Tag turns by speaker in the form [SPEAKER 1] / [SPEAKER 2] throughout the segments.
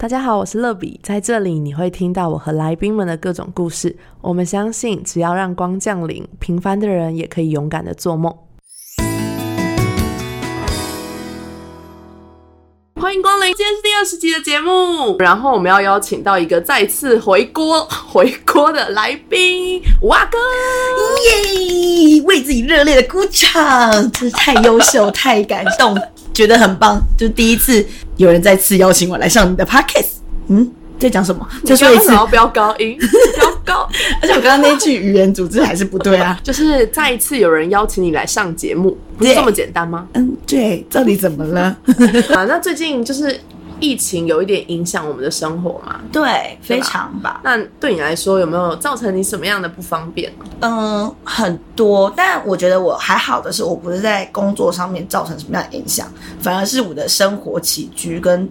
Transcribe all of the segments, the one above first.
[SPEAKER 1] 大家好，我是乐比，在这里你会听到我和来宾们的各种故事。我们相信，只要让光降临，平凡的人也可以勇敢的做梦。欢迎光临，今天是第二十集的节目。然后我们要邀请到一个再次回锅回锅的来宾，哇哥。
[SPEAKER 2] 耶！为自己热烈的鼓掌，真是太优秀，太感动，觉得很棒。就第一次有人再次邀请我来上你的 podcast，嗯，在讲什么？再说一次
[SPEAKER 1] 然。后飙高音，飙高，
[SPEAKER 2] 而且我刚刚那句语言组织还是不对啊。
[SPEAKER 1] 就是再一次有人邀请你来上节目，不是
[SPEAKER 2] 对
[SPEAKER 1] 这么简单吗？
[SPEAKER 2] 嗯，对，到底怎么 了？
[SPEAKER 1] 啊，那最近就是疫情有一点影响我们的生活嘛？
[SPEAKER 2] 对，非常吧。
[SPEAKER 1] 那对你来说有没有造成你什么样的不方便？
[SPEAKER 2] 嗯，很多，但我觉得我还好的是，我不是在工作上面造成什么样的影响，反而是我的生活起居跟，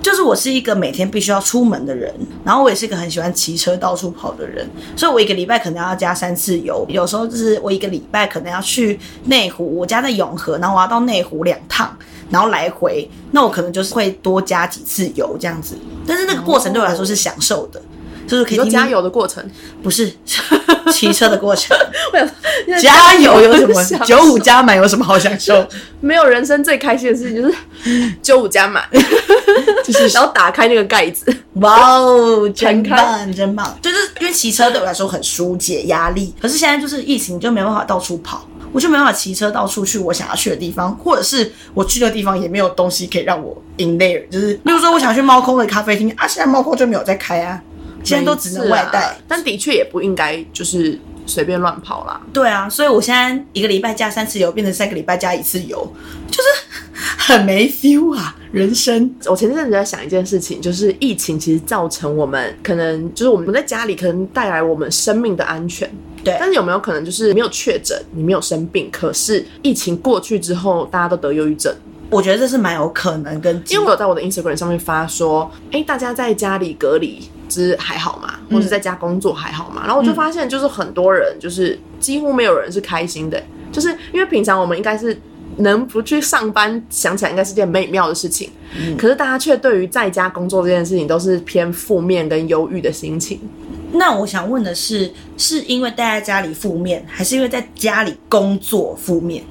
[SPEAKER 2] 就是我是一个每天必须要出门的人，然后我也是一个很喜欢骑车到处跑的人，所以我一个礼拜可能要加三次油，有时候就是我一个礼拜可能要去内湖，我家在永和，然后我要到内湖两趟。然后来回，那我可能就是会多加几次油这样子，但是那个过程对我来说是享受的，就是可
[SPEAKER 1] 你
[SPEAKER 2] 以
[SPEAKER 1] 说
[SPEAKER 2] 听
[SPEAKER 1] 加，油的过程，
[SPEAKER 2] 不是 骑车的过程。
[SPEAKER 1] 加
[SPEAKER 2] 加油有 什么
[SPEAKER 1] 享？受
[SPEAKER 2] 九五加满有什么好享 受？
[SPEAKER 1] 没有人生最开心的事情就是 九五加满，
[SPEAKER 2] 就是
[SPEAKER 1] 然后打开那个盖子，
[SPEAKER 2] 哇哦，真
[SPEAKER 1] 开
[SPEAKER 2] 棒，真棒！就是因为骑车对我来说很疏解压力，可是现在就是疫情，就没办法到处跑，我就没办法骑车到处去我想要去的地方，或者是我去的地方也没有东西可以让我 in there，就是例如说我想去猫空的咖啡厅啊，现在猫空就没有在开啊，现在都只能外带。
[SPEAKER 1] 是啊但的确也不应该就是随便乱跑啦。
[SPEAKER 2] 对啊，所以我现在一个礼拜加三次油，变成三个礼拜加一次油，就是很没 feel 啊，人生。
[SPEAKER 1] 我前阵子在想一件事情，就是疫情其实造成我们可能就是我们在家里可能带来我们生命的安全，
[SPEAKER 2] 对
[SPEAKER 1] 但是有没有可能就是没有确诊，你没有生病，可是疫情过去之后，大家都得忧郁症？
[SPEAKER 2] 我觉得这是蛮有可能跟机
[SPEAKER 1] 因为
[SPEAKER 2] 会
[SPEAKER 1] 我有在我的 Instagram 上面发说，哎、大家在家里隔离之还好吗？
[SPEAKER 2] 嗯
[SPEAKER 1] 或者在家工作还好吗？然后我就发现，就是很多人就是几乎没有人是开心的、就是因为平常我们应该是。能不去上班，想起来应该是件美妙的事情。
[SPEAKER 2] 嗯
[SPEAKER 1] 可是大家却对于在家工作这件事情都是偏负面跟忧郁的心情。
[SPEAKER 2] 那我想问的是，是因为待在家里负面，还是因为在家里工作负面？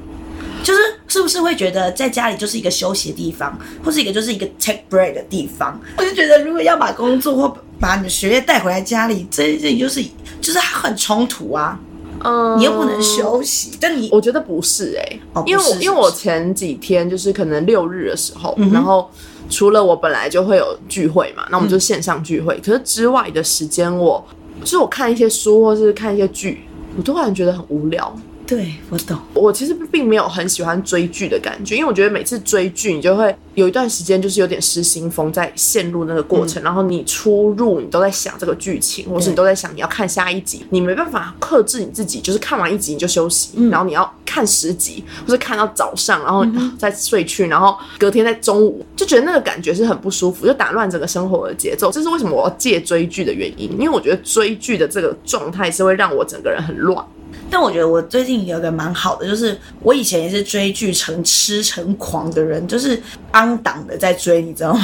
[SPEAKER 2] 就是是不是会觉得在家里就是一个休息的地方，或是一个就是一个 take break 的地方？我就觉得，如果要把工作或把你的学业带回来家里，这这就是就是它很冲突啊！
[SPEAKER 1] 嗯，
[SPEAKER 2] 你又不能休息，但你
[SPEAKER 1] 我觉得不是哎、
[SPEAKER 2] 哦
[SPEAKER 1] 因为
[SPEAKER 2] 不
[SPEAKER 1] 我
[SPEAKER 2] 是
[SPEAKER 1] 因为我前几天就是可能六日的时候，
[SPEAKER 2] 嗯哼
[SPEAKER 1] 然后除了我本来就会有聚会嘛，那
[SPEAKER 2] 嗯
[SPEAKER 1] 我们就线上聚会，可是之外的时间我，就是我看一些书或是看一些剧，我突然觉得很无聊。
[SPEAKER 2] 对我懂，
[SPEAKER 1] 我其实并没有很喜欢追剧的感觉，因为我觉得每次追剧，你就会有一段时间就是有点失心疯，在陷入那个过程，然后你出入你都在想这个剧情，或是你都在想你要看下一集，你没办法克制你自己，就是看完一集你就休息，
[SPEAKER 2] 嗯
[SPEAKER 1] 然后你要看十集，或是看到早上，然后啊再睡去，然后隔天在中午就觉得那个感觉是很不舒服，就打乱整个生活的节奏。这是为什么我要戒追剧的原因，因为我觉得追剧的这个状态是会让我整个人很乱。
[SPEAKER 2] 但我觉得我最近有一个蛮好的，就是我以前也是追剧成痴成狂的人，就是昂档的在追，你知道吗？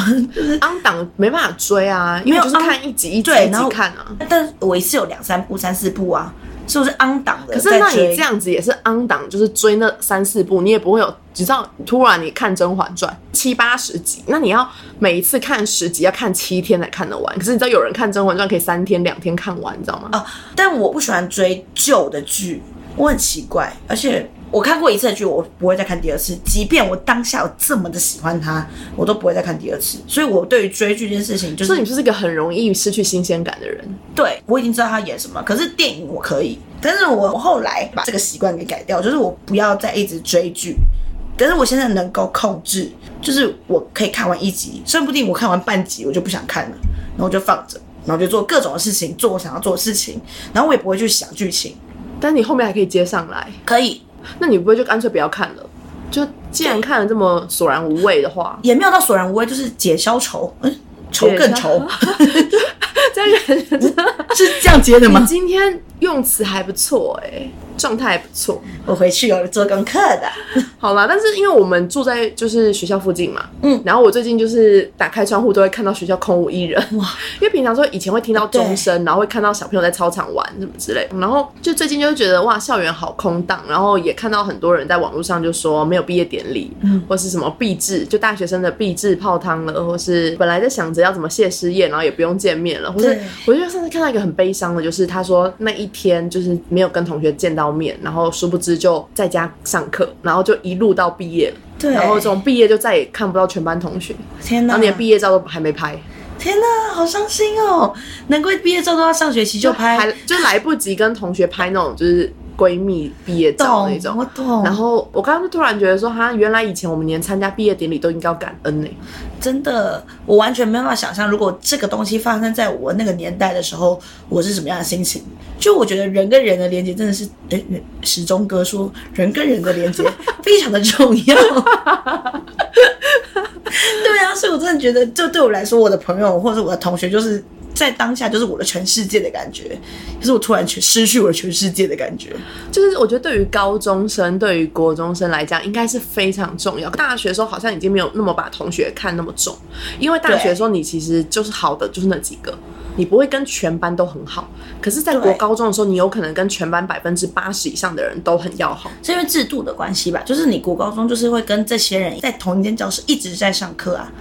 [SPEAKER 1] 昂档没办法追啊，因为就是看一集一集
[SPEAKER 2] 对
[SPEAKER 1] 一
[SPEAKER 2] 然
[SPEAKER 1] 集
[SPEAKER 2] 后
[SPEAKER 1] 看啊。
[SPEAKER 2] 但我一次有两三部、三四部啊，所以我是昂档的
[SPEAKER 1] 可是
[SPEAKER 2] 在追。
[SPEAKER 1] 那你这样子也是昂档，就是追那三四部，你也不会有，直到突然你看《甄嬛传》七八十集，那你要每一次看十集，要看七天才看得完。可是你知道有人看《甄嬛传》可以三天两天看完，你知道吗？
[SPEAKER 2] 哦，但我不喜欢追旧的剧，我很奇怪，而且我看过一次的剧，我不会再看第二次，即便我当下有这么的喜欢它，我都不会再看第二次。所以我对于追剧这件事情，就
[SPEAKER 1] 所以
[SPEAKER 2] 是
[SPEAKER 1] 你就是一个很容易失去新鲜感的人。
[SPEAKER 2] 对我已经知道他演什么，可是电影我可以，但是我后来把这个习惯给改掉，就是我不要再一直追剧。但是我现在能够控制，就是我可以看完一集，说不定我看完半集我就不想看了，然后我就放着，然后就做各种的事情，做我想要做的事情，然后我也不会去想剧情，
[SPEAKER 1] 但是你后面还可以接上来，
[SPEAKER 2] 可以
[SPEAKER 1] 那你不会就干脆不要看了？就既然看了这么索然无味的话，
[SPEAKER 2] 也没有到索然无味，就是解消愁，嗯， 愁更愁，
[SPEAKER 1] 这样人
[SPEAKER 2] 是这样接的
[SPEAKER 1] 你
[SPEAKER 2] 吗？
[SPEAKER 1] 今天用词还不错哎、状态不错。
[SPEAKER 2] 我回去有做功课的。
[SPEAKER 1] 好啦，但是因为我们住在就是学校附近嘛，
[SPEAKER 2] 嗯
[SPEAKER 1] 然后我最近就是打开窗户都会看到学校空无一人，
[SPEAKER 2] 哇！
[SPEAKER 1] 因为平常说以前会听到钟声，然后会看到小朋友在操场玩什么之类，然后就最近就觉得哇，校园好空荡，然后也看到很多人在网络上就说没有毕业典礼，
[SPEAKER 2] 嗯
[SPEAKER 1] 或是什么毕制，就大学生的毕制泡汤了，或是本来在想着要怎么谢师宴，然后也不用见面了，或是
[SPEAKER 2] 对
[SPEAKER 1] 我就上次看到一个很悲伤的，就是他说那一天就是没有跟同学见到面，然后殊不知就在家上课，然后就一路到毕业了，
[SPEAKER 2] 对，
[SPEAKER 1] 然后从毕业就再也看不到全班同学，
[SPEAKER 2] 天
[SPEAKER 1] 然
[SPEAKER 2] 哪
[SPEAKER 1] 后，连毕业照都还没拍。
[SPEAKER 2] 天哪，好伤心哦！难怪毕业照都要上学期就
[SPEAKER 1] 还
[SPEAKER 2] 拍，
[SPEAKER 1] 就来不及跟同学拍那种就是闺蜜毕业照那
[SPEAKER 2] 懂，
[SPEAKER 1] 种
[SPEAKER 2] 我。懂。
[SPEAKER 1] 然后我刚刚就突然觉得说，哈，原来以前我们连参加毕业典礼都应该要感恩呢、
[SPEAKER 2] 真的，我完全没办法想象，如果这个东西发生在我那个年代的时候，我是什么样的心情。就我觉得人跟人的连接真的是，诶，时钟哥说人跟人的 连接非常的重要。 对啊，所以我真的觉得，就对我来说，我的朋友或者我的同学，就是在当下就是我的全世界的感觉，就是我突然全失去我的全世界的感觉。
[SPEAKER 1] 就是我觉得对于高中生、对于国中生来讲，应该是非常重要。大学的时候好像已经没有那么把同学看那么重，因为大学的时候你其实就是好的就是那几个，你不会跟全班都很好。可是，在国
[SPEAKER 2] 对
[SPEAKER 1] 高中的时候，你有可能跟全班百分之八十以上的人都很要好。
[SPEAKER 2] 是因为制度的关系吧？就是你国高中就是会跟这些人在同一间教室一直在上课啊。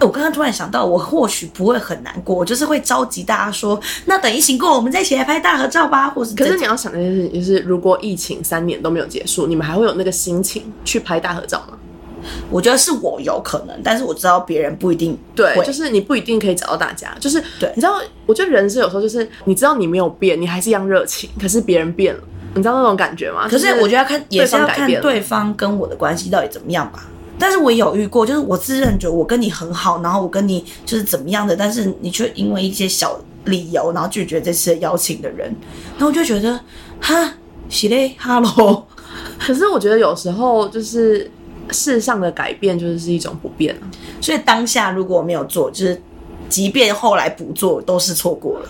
[SPEAKER 2] 我刚刚突然想到，我或许不会很难过，我就是会召集大家说，那等疫情过，我们再一起来拍大合照吧，或是
[SPEAKER 1] 可是
[SPEAKER 2] 这
[SPEAKER 1] 你要想的件事情就是，如果疫情三年都没有结束，你们还会有那个心情去拍大合照吗？
[SPEAKER 2] 我觉得是我有可能，但是我知道别人不一定
[SPEAKER 1] 对，
[SPEAKER 2] 会
[SPEAKER 1] 就是你不一定可以找到大家，就是
[SPEAKER 2] 对
[SPEAKER 1] 你知道，我觉得人是有时候就是你知道你没有变，你还是一样热情，可是别人变了，你知道那种感觉吗？
[SPEAKER 2] 可是
[SPEAKER 1] 就
[SPEAKER 2] 我觉得要看，也是要
[SPEAKER 1] 对方改
[SPEAKER 2] 看
[SPEAKER 1] 变了
[SPEAKER 2] 对方跟我的关系到底怎么样吧。但是我也有遇过，就是我自认觉得我跟你很好，然后我跟你就是怎么样的，但是你却因为一些小理由，然后拒绝这次的邀请的人，然后我就觉得，哈，喜嘞，哈喽，
[SPEAKER 1] 可是我觉得有时候就是世上的改变就是一种不变啊，
[SPEAKER 2] 所以当下如果我没有做，就是即便后来不做，都是错过了。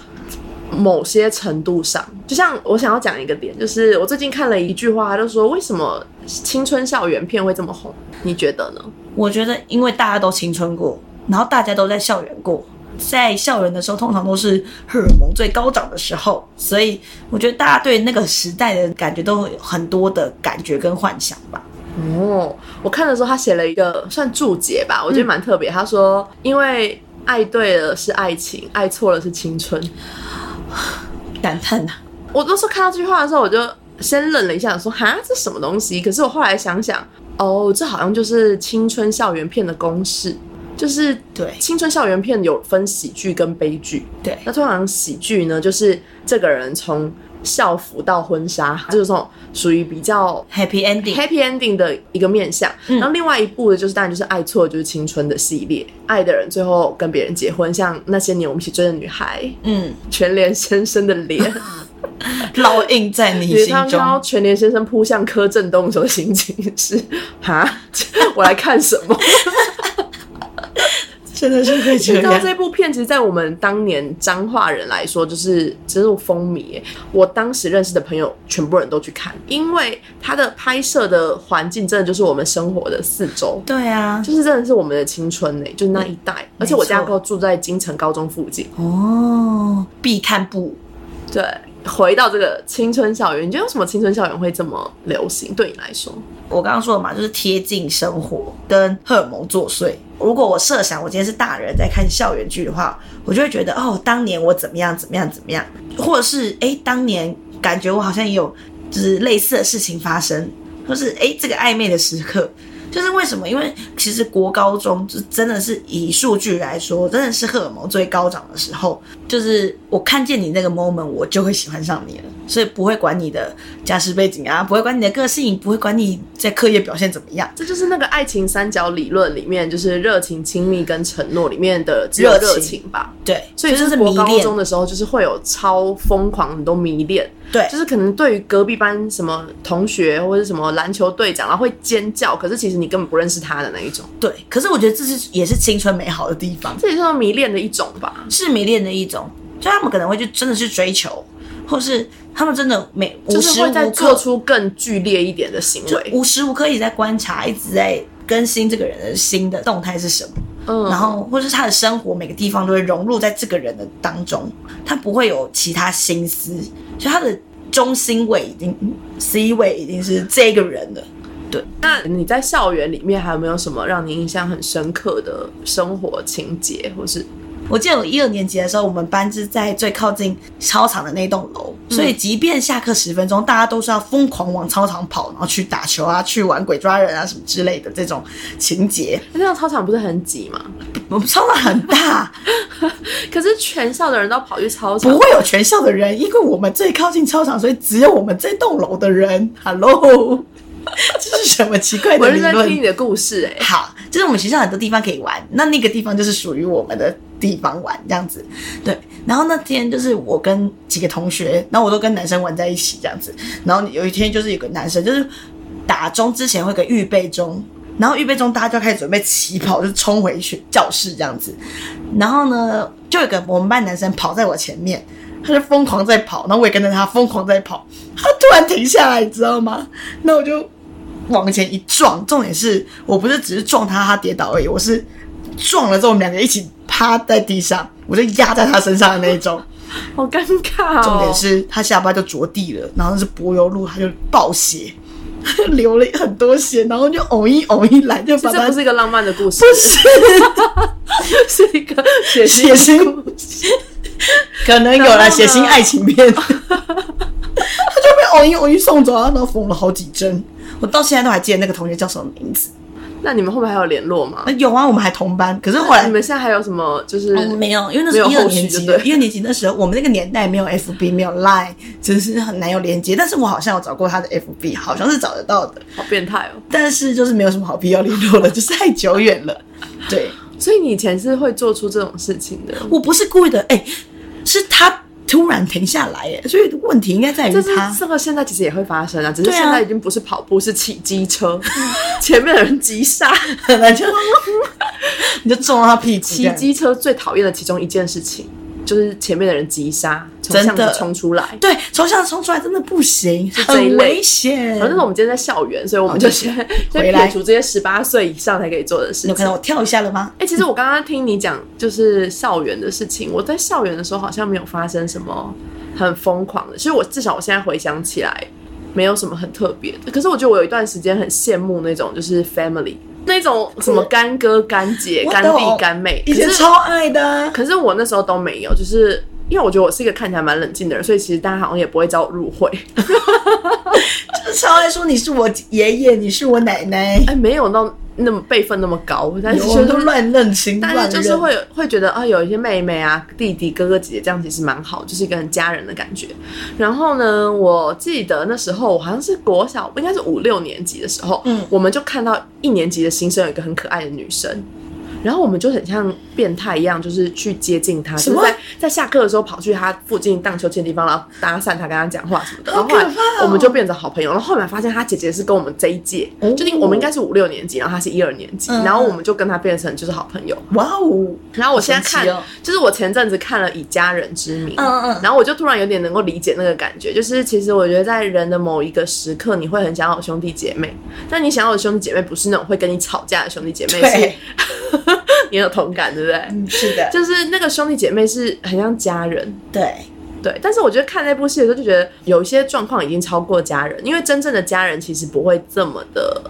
[SPEAKER 1] 某些程度上，就像我想要讲一个点，就是我最近看了一句话，他就说为什么青春校园片会这么红？你觉得呢？
[SPEAKER 2] 我觉得，因为大家都青春过，然后大家都在校园过，在校园的时候通常都是荷尔蒙最高涨的时候，所以我觉得大家对那个时代的感觉都有很多的感觉跟幻想吧。
[SPEAKER 1] 哦，我看的时候他写了一个算注解吧，我觉得蛮特别。他说，因为爱对了是爱情，爱错了是青春。
[SPEAKER 2] 感叹啊，
[SPEAKER 1] 我那时候看到这句话的时候，我就先愣了一下，说哈，这什么东西？可是我后来想想，哦，这好像就是青春校园片的公式，就是
[SPEAKER 2] 对
[SPEAKER 1] 青春校园片有分喜剧跟悲剧。
[SPEAKER 2] 对
[SPEAKER 1] 那通常喜剧呢，就是这个人从校服到婚纱，就是这种属于比较
[SPEAKER 2] ，Happy Ending，
[SPEAKER 1] happy ending 的一个面向。
[SPEAKER 2] 嗯
[SPEAKER 1] 然后另外一部的就是当然就是爱错就是青春的系列，爱的人最后跟别人结婚，像那些年我们一起追的女孩，
[SPEAKER 2] 嗯，
[SPEAKER 1] 全莲先生的脸，
[SPEAKER 2] 烙印在你
[SPEAKER 1] 你
[SPEAKER 2] 心
[SPEAKER 1] 刚
[SPEAKER 2] 中。
[SPEAKER 1] 刚全莲先生扑向柯震东的时候的心情是哈， 我来看什么？
[SPEAKER 2] 真的是会
[SPEAKER 1] 你
[SPEAKER 2] 觉
[SPEAKER 1] 知道
[SPEAKER 2] 得，
[SPEAKER 1] 这部片，其实，在我们当年彰化人来说，就是真是风靡耶。我当时认识的朋友，全部人都去看，因为它的拍摄的环境真的就是我们生活的四周。
[SPEAKER 2] 对啊，
[SPEAKER 1] 就是真的是我们的青春呢、就是那一代。而且我家哥住在金城高中附近。
[SPEAKER 2] 哦，必看不
[SPEAKER 1] 对，回到这个青春校园，你觉得为什么青春校园会这么流行？对你来说，
[SPEAKER 2] 我刚刚说的嘛，就是贴近生活跟荷尔蒙作祟。如果我设想我今天是大人在看校园剧的话，我就会觉得哦，当年我怎么样怎么样怎么样，或者是诶，当年感觉我好像也有就是类似的事情发生，或是诶，这个暧昧的时刻。就是为什么？因为其实国高中就真的是以数据来说，真的是荷尔蒙最高涨的时候。就是我看见你那个 moment，我就会喜欢上你了，所以不会管你的家世背景啊，不会管你的个性，不会管你在课业表现怎么样，
[SPEAKER 1] 这就是那个爱情三角理论里面，就是热情、亲密跟承诺里面的只有
[SPEAKER 2] 热情
[SPEAKER 1] 热情吧。
[SPEAKER 2] 对，
[SPEAKER 1] 所以
[SPEAKER 2] 就
[SPEAKER 1] 就是
[SPEAKER 2] 是
[SPEAKER 1] 国
[SPEAKER 2] 迷
[SPEAKER 1] 高
[SPEAKER 2] 恋，
[SPEAKER 1] 中的时候，就是会有超疯狂很多迷恋，
[SPEAKER 2] 对
[SPEAKER 1] 就是可能对于隔壁班什么同学或者什么篮球队长，然后啊会尖叫，可是其实你根本不认识他的那一种，
[SPEAKER 2] 对。可是我觉得这是也是青春美好的地方，
[SPEAKER 1] 这也算迷恋的一种吧。
[SPEAKER 2] 是迷恋的一种，就他们可能会去真的去追求，或是他们真的每无
[SPEAKER 1] 就是
[SPEAKER 2] 时
[SPEAKER 1] 会再
[SPEAKER 2] 无
[SPEAKER 1] 做
[SPEAKER 2] 刻
[SPEAKER 1] 出更剧烈一点的行
[SPEAKER 2] 就
[SPEAKER 1] 为。
[SPEAKER 2] 无时无刻一直在观察，一直在更新这个人的新的动态是什么，
[SPEAKER 1] 嗯，
[SPEAKER 2] 然后或是他的生活每个地方都会融入在这个人的当中，他不会有其他心思，所以他的中心位已经 C 位已经是这个人了。
[SPEAKER 1] 那你在校园里面还有没有什么让你印象很深刻的生活情节，或是
[SPEAKER 2] 我记得我一二年级的时候，我们班是在最靠近操场的那栋楼，所以即便下课十分钟，大家都是要疯狂往操场跑，然后去打球啊，去玩鬼抓人啊什么之类的这种情节。
[SPEAKER 1] 哎那样操场不是很挤吗？
[SPEAKER 2] 我们操场很大，
[SPEAKER 1] 可是全校的人都跑去操场
[SPEAKER 2] 不，会有全校的人，因为我们最靠近操场，所以只有我们这栋楼的人。Hello，这 是什么奇怪
[SPEAKER 1] 我
[SPEAKER 2] 的理
[SPEAKER 1] 是在听
[SPEAKER 2] 论
[SPEAKER 1] 你？的故事哎、
[SPEAKER 2] 好，就是我们学校很多地方可以玩，那那个地方就是属于我们的地方玩这样子。对，然后那天就是我跟几个同学，然后我都跟男生玩在一起这样子。然后有一天就是有个男生，就是打钟之前会有个预备钟，然后预备钟大家就开始准备起跑，就冲回去教室这样子。然后呢，就有个我们班男生跑在我前面。他就疯狂在跑，然后我也跟着他疯狂在跑，他突 然停下来，你知道吗？那我就往前一撞，重点是我不是只是撞他，他跌倒而已，我是撞了之后，我们两个一起趴在地上，我就压在他身上的那 一种。
[SPEAKER 1] 好尴尬、哦。
[SPEAKER 2] 重点是他下巴就着地了，然后那是柏油路，他就爆血， 流了很多血，然后就偶一偶一来就把
[SPEAKER 1] 这
[SPEAKER 2] 他
[SPEAKER 1] 不是一个浪漫的故事， 是一个血
[SPEAKER 2] 血
[SPEAKER 1] 腥。
[SPEAKER 2] 腥， 可能有
[SPEAKER 1] 然后
[SPEAKER 2] 了
[SPEAKER 1] 呢
[SPEAKER 2] 血腥爱情片， 他就被偶一偶一送走啊，然后缝了好几针。我到现在都还记得那个同学叫什么名字。
[SPEAKER 1] 那你们后面还有联络吗
[SPEAKER 2] 啊？有啊，我们还同班，可是后来
[SPEAKER 1] 你们现在还有什么就是？
[SPEAKER 2] 哦，没有，因为那时候
[SPEAKER 1] 没
[SPEAKER 2] 一
[SPEAKER 1] 有
[SPEAKER 2] 二
[SPEAKER 1] 后续
[SPEAKER 2] 年级
[SPEAKER 1] 就
[SPEAKER 2] 的，
[SPEAKER 1] 对
[SPEAKER 2] 一二年级那时候我们那个年代没有 FB，没有 Line，真是很难有连接。但是我好像有找过他的 FB，好像是找得到的，
[SPEAKER 1] 好变态哦！
[SPEAKER 2] 但是就是没有什么好必要联络了，就是太久远了。 对
[SPEAKER 1] 所以你以前是会做出这种事情的，
[SPEAKER 2] 我不是故意的，哎、是他突然停下来，哎，所以问题应该在于
[SPEAKER 1] 这是
[SPEAKER 2] 他。
[SPEAKER 1] 这个现在其实也会发生啊，只是
[SPEAKER 2] 对啊
[SPEAKER 1] 现在已经不是跑步，是骑机车， 前面的人急刹。
[SPEAKER 2] 可能就你就中到他屁股这
[SPEAKER 1] 骑
[SPEAKER 2] 样，
[SPEAKER 1] 机车最讨厌的其中一件事情就是前面的人急刹，从
[SPEAKER 2] 真
[SPEAKER 1] 巷
[SPEAKER 2] 的
[SPEAKER 1] 子冲出来。
[SPEAKER 2] 对，从下冲出来真的不行，
[SPEAKER 1] 这一类
[SPEAKER 2] 很危险。
[SPEAKER 1] 反正我们今天在校园，所以我们就先 先
[SPEAKER 2] 哦回来
[SPEAKER 1] 撇除这些十八岁以上才可以做的事
[SPEAKER 2] 你有
[SPEAKER 1] 情
[SPEAKER 2] 看到。我跳一下了吗？
[SPEAKER 1] 哎、其实我刚刚听你讲就是校园的事情，我在校园的时候好像没有发生什么很疯狂的。其实我至少我现在回想起来，没有什么很特别的。可是我觉得我有一段时间很羡慕那种就是 family 那种什么干哥、干姐、
[SPEAKER 2] 我
[SPEAKER 1] 干弟、
[SPEAKER 2] 懂
[SPEAKER 1] 干妹，
[SPEAKER 2] 以前
[SPEAKER 1] 可是
[SPEAKER 2] 超爱的啊、
[SPEAKER 1] 可是我那时候都没有，就是因为我觉得我是一个看起来蛮冷静的人，所以其实大家好像也不会找我入会。
[SPEAKER 2] 超爱呃说你是我爷爷，你是我奶奶，
[SPEAKER 1] 哎，没有到那么辈分那么高，但是
[SPEAKER 2] 我们
[SPEAKER 1] 呃就
[SPEAKER 2] 啊都
[SPEAKER 1] 是。
[SPEAKER 2] 乱认亲，
[SPEAKER 1] 但
[SPEAKER 2] 乱
[SPEAKER 1] 是
[SPEAKER 2] 认
[SPEAKER 1] 就是会有会觉得啊，有一些妹妹啊、弟弟、哥哥、姐姐这样其实蛮好，就是一个很家人的感觉。然后呢，我记得那时候我好像是国小，应该是五六年级的时候，
[SPEAKER 2] 嗯
[SPEAKER 1] 我们就看到一年级的新生有一个很可爱的女生。然后我们就很像变态一样，就是去接近她，
[SPEAKER 2] 什
[SPEAKER 1] 就
[SPEAKER 2] 么
[SPEAKER 1] 是在在下课的时候跑去她附近荡秋千的地方，然后搭讪她，跟她讲话什么的。然
[SPEAKER 2] 好
[SPEAKER 1] 后后来
[SPEAKER 2] 可怕哦
[SPEAKER 1] 我们就变成好朋友。然后后来发现她姐姐是跟我们这一届，
[SPEAKER 2] 哦
[SPEAKER 1] 就是我们应该是五六年级，然后她是一二年级，
[SPEAKER 2] 嗯
[SPEAKER 1] 然后我们就跟她变成就是好朋友。
[SPEAKER 2] 哇哦，
[SPEAKER 1] 然后我现在
[SPEAKER 2] 好
[SPEAKER 1] 看，
[SPEAKER 2] 神奇哦
[SPEAKER 1] 就是我前阵子看了《以家人之名》，
[SPEAKER 2] 嗯嗯
[SPEAKER 1] 然后我就突然有点能够理解那个感觉，就是其实我觉得在人的某一个时刻，你会很想要有兄弟姐妹，但你想要的兄弟姐妹不是那种会跟你吵架的兄弟姐妹，是
[SPEAKER 2] 对，
[SPEAKER 1] 你有同感，对不对？
[SPEAKER 2] 嗯，是的，
[SPEAKER 1] 就是那个兄弟姐妹是很像家人，
[SPEAKER 2] 对，
[SPEAKER 1] 对。但是我觉得看那部戏的时候，就觉得有一些状况已经超过家人，因为真正的家人其实不会这么的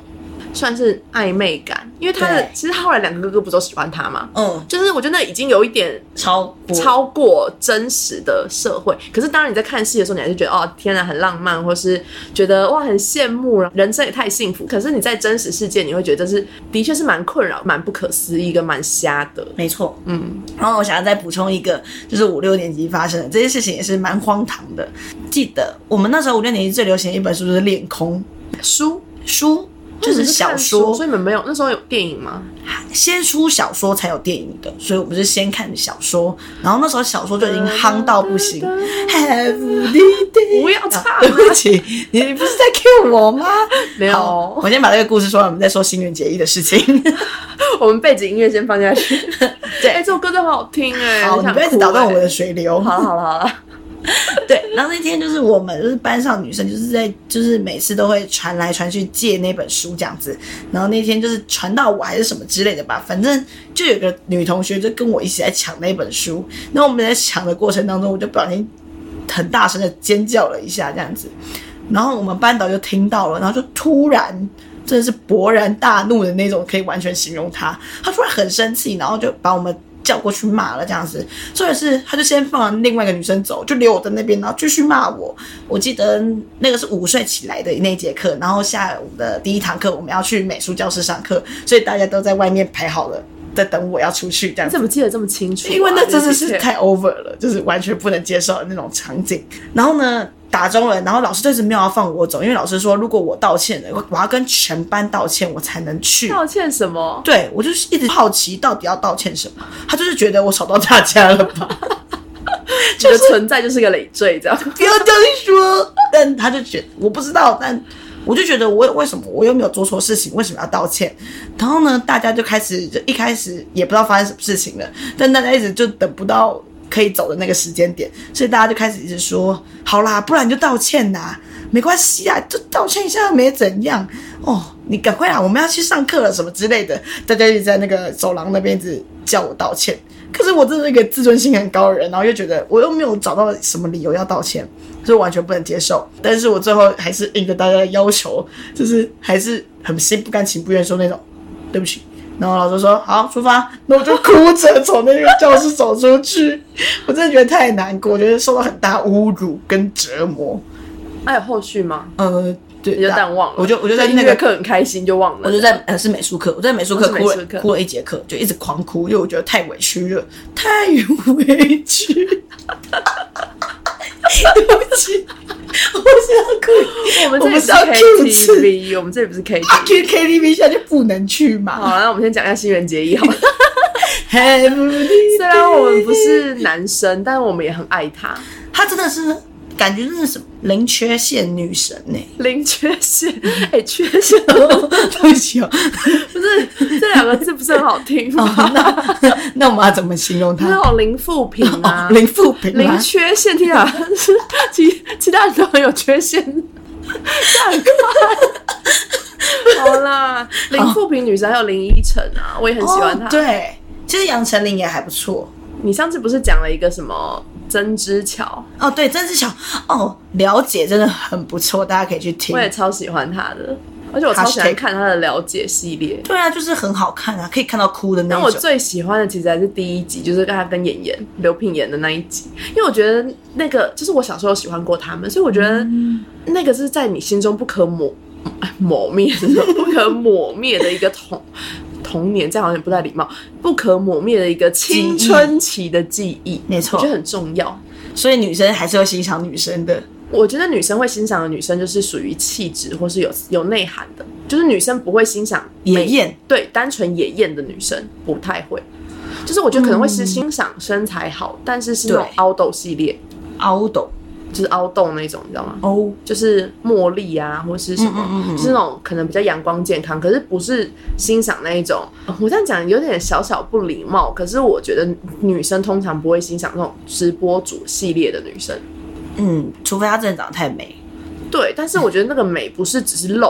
[SPEAKER 1] 算是暧昧感，因为他的
[SPEAKER 2] 对
[SPEAKER 1] 其实他后来两个哥哥不都喜欢他嘛，
[SPEAKER 2] 嗯，
[SPEAKER 1] 就是我觉得那已经有一点
[SPEAKER 2] 超
[SPEAKER 1] 超过真实的社会。可是当然你在看戏的时候，你还是觉得哦，天哪，很浪漫，或是觉得哇，很羡慕，人生也太幸福。可是你在真实世界，你会觉得是的确是蛮困扰、蛮不可思议跟蛮瞎的。
[SPEAKER 2] 没错，
[SPEAKER 1] 嗯，
[SPEAKER 2] 然后我想要再补充一个，就是五六年级发生的这件事情也是蛮荒唐的。记得我们那时候五六年级最流行的一本书就是《恋空
[SPEAKER 1] 书》
[SPEAKER 2] 书，就
[SPEAKER 1] 你
[SPEAKER 2] 是
[SPEAKER 1] 们
[SPEAKER 2] 小
[SPEAKER 1] 看
[SPEAKER 2] 说，
[SPEAKER 1] 所以你们没有那时候有电影吗？
[SPEAKER 2] 先出小说才有电影的，所以我们是先看小说，然后那时候小说就已经夯到不 行。Have you d
[SPEAKER 1] 不要唱啊
[SPEAKER 2] 对不起，你不是在 cue 我吗？
[SPEAKER 1] 没有
[SPEAKER 2] 好我先把这个故事说完，我们再说新垣结衣的事情。
[SPEAKER 1] 我们背景音乐先放下去。
[SPEAKER 2] 对
[SPEAKER 1] 哎、这首歌真的好好听哎、
[SPEAKER 2] 好，
[SPEAKER 1] 很
[SPEAKER 2] 你
[SPEAKER 1] 想
[SPEAKER 2] 不要一直
[SPEAKER 1] 哭
[SPEAKER 2] 打断我
[SPEAKER 1] 哎
[SPEAKER 2] 们的水流。
[SPEAKER 1] 好了好了好了，
[SPEAKER 2] 对，然后那天就是我们就是班上女生就是在就是每次都会传来传去借那本书这样子，然后那天就是传到我还是什么之类的吧，反正就有个女同学就跟我一起在抢那本书，那我们在抢的过程当中，我就不小心很大声的尖叫了一下这样子，然后我们班导就听到了，然后就突然。真的是勃然大怒的那种，可以完全形容他。他突然很生气，然后就把我们叫过去骂了这样子。重点是，他就先放了另外一个女生走，就留我在那边，然后继续骂我。我记得那个是午睡起来的那节课，然后下午的第一堂课我们要去美术教室上课，所以大家都在外面排好了，在等我要出去这样
[SPEAKER 1] 你
[SPEAKER 2] 子。
[SPEAKER 1] 怎么记得 这么清楚啊、
[SPEAKER 2] 因为那真的
[SPEAKER 1] 这
[SPEAKER 2] 是
[SPEAKER 1] 些
[SPEAKER 2] 太 over 了，就是完全不能接受的那种场景。然后呢，打中了，然后老师就一直没有要放我走，因为老师说如果我道歉了，我我要跟全班道歉，我才能去。
[SPEAKER 1] 道歉什么？
[SPEAKER 2] 对我就是一直好奇到底要道歉什么，他就是觉得我吵到大家了吧，
[SPEAKER 1] 你的存在就是个累赘，这样。
[SPEAKER 2] 不要这样说。但他就觉得我不知道，但我就觉得我为什么我又没有做错事情，为什么要道歉？然后呢，大家就开始就一开始也不知道发生什么事情了，但大家一直就等不到可以走的那个时间点，所以大家就开始一直说，好啦，不然你就道歉啦，没关系啊，就道歉一下没怎样哦，你赶快啦，我们要去上课了什么之类的，大家一直在那个走廊那边一直叫我道歉。可是我真的是一个自尊心很高的人，然后又觉得我又没有找到什么理由要道歉，所以我完全不能接受。但是我最后还是应着大家的要求，就是还是很心不甘情不愿说那种对不起。然后老师说好出发，那我就哭着从那个教室走出去。我真的觉得太难过，我觉得受到很大侮辱跟折磨。
[SPEAKER 1] 还有哎后续吗？
[SPEAKER 2] 呃，对，
[SPEAKER 1] 你就淡忘了。
[SPEAKER 2] 我就我就在
[SPEAKER 1] 对啊
[SPEAKER 2] 那
[SPEAKER 1] 音乐
[SPEAKER 2] 个
[SPEAKER 1] 课很开心就忘了。
[SPEAKER 2] 我就在呃是美术课，我在美术
[SPEAKER 1] 哦
[SPEAKER 2] 课
[SPEAKER 1] 是
[SPEAKER 2] 哭
[SPEAKER 1] 美
[SPEAKER 2] 了
[SPEAKER 1] 术课
[SPEAKER 2] 哭了一节课，就一直狂哭，因为我觉得太委屈了，太委屈了。对不起，我不是要
[SPEAKER 1] 我们这
[SPEAKER 2] 哭。
[SPEAKER 1] 里
[SPEAKER 2] 我
[SPEAKER 1] 不
[SPEAKER 2] 不是
[SPEAKER 1] 是
[SPEAKER 2] 要
[SPEAKER 1] KTV，我们这里不是 KTV。
[SPEAKER 2] 去 KTV 现在就不能去嘛
[SPEAKER 1] 好，那我们先讲一下新人节义好 了。
[SPEAKER 2] ？Heavenly
[SPEAKER 1] 虽然我们不是男生，但是我们也很爱他。
[SPEAKER 2] 她真的是感觉真的是零缺陷女神呢、
[SPEAKER 1] 零缺陷，
[SPEAKER 2] 嗯
[SPEAKER 1] 哎、缺陷不
[SPEAKER 2] 对不起哦，
[SPEAKER 1] 是这两个字不是很好听吗？
[SPEAKER 2] 哦那 那我们要怎么形容
[SPEAKER 1] 就是那
[SPEAKER 2] 她？
[SPEAKER 1] 种零负评啊
[SPEAKER 2] 哦，，零负评吗
[SPEAKER 1] 零？缺陷，听起来是 其其他人都很有缺陷，这样很快。 好啦，零负评女神还有林依晨啊，我也很喜欢她。
[SPEAKER 2] 哦对，其实杨丞琳也还不错。
[SPEAKER 1] 你上次不是讲了一个什么曾之乔，
[SPEAKER 2] 哦，对，曾志乔，哦，了解真的很不错，大家可以去听
[SPEAKER 1] 我。也超喜欢她的，而且我超喜
[SPEAKER 2] Hashtag
[SPEAKER 1] 欢看她的了解系列。
[SPEAKER 2] 对啊，就是很好看啊，可以看到哭的那
[SPEAKER 1] 但
[SPEAKER 2] 一
[SPEAKER 1] 我
[SPEAKER 2] 种。
[SPEAKER 1] 最喜欢的其实还是第一集，就是跟他跟演员刘品言的那一集，因为我觉得那个就是我小时候喜欢过他们，所以我觉得那个是在你心中不可抹 哎抹灭的、不可抹灭的一个童童年，这样好像也不太礼貌，不可抹灭的一个青春期的记忆，
[SPEAKER 2] 没错
[SPEAKER 1] 我觉得很重要。
[SPEAKER 2] 所以女生还是要欣赏女生的。
[SPEAKER 1] 我觉得女生会欣赏的女生就是属于气质或是有有内涵的，就是女生不会欣赏美
[SPEAKER 2] 野艳，
[SPEAKER 1] 对，单纯野艳的女生不太会。就是我觉得可能会是欣赏身材好，但是是那种
[SPEAKER 2] 嗯对
[SPEAKER 1] 凹豆系列，
[SPEAKER 2] 凹斗
[SPEAKER 1] 就是凹豆那种，你知道吗？
[SPEAKER 2] 哦，
[SPEAKER 1] 就是茉莉啊，或是什么，
[SPEAKER 2] 嗯嗯嗯嗯
[SPEAKER 1] 就是那种可能比较阳光健康，可是不是欣赏那一种。呃我这样讲有点小小不礼貌，可是我觉得女生通常不会欣赏那种直播主系列的女生。
[SPEAKER 2] 嗯，除非她真的长得太美。
[SPEAKER 1] 对，但是我觉得那个美不是只是露，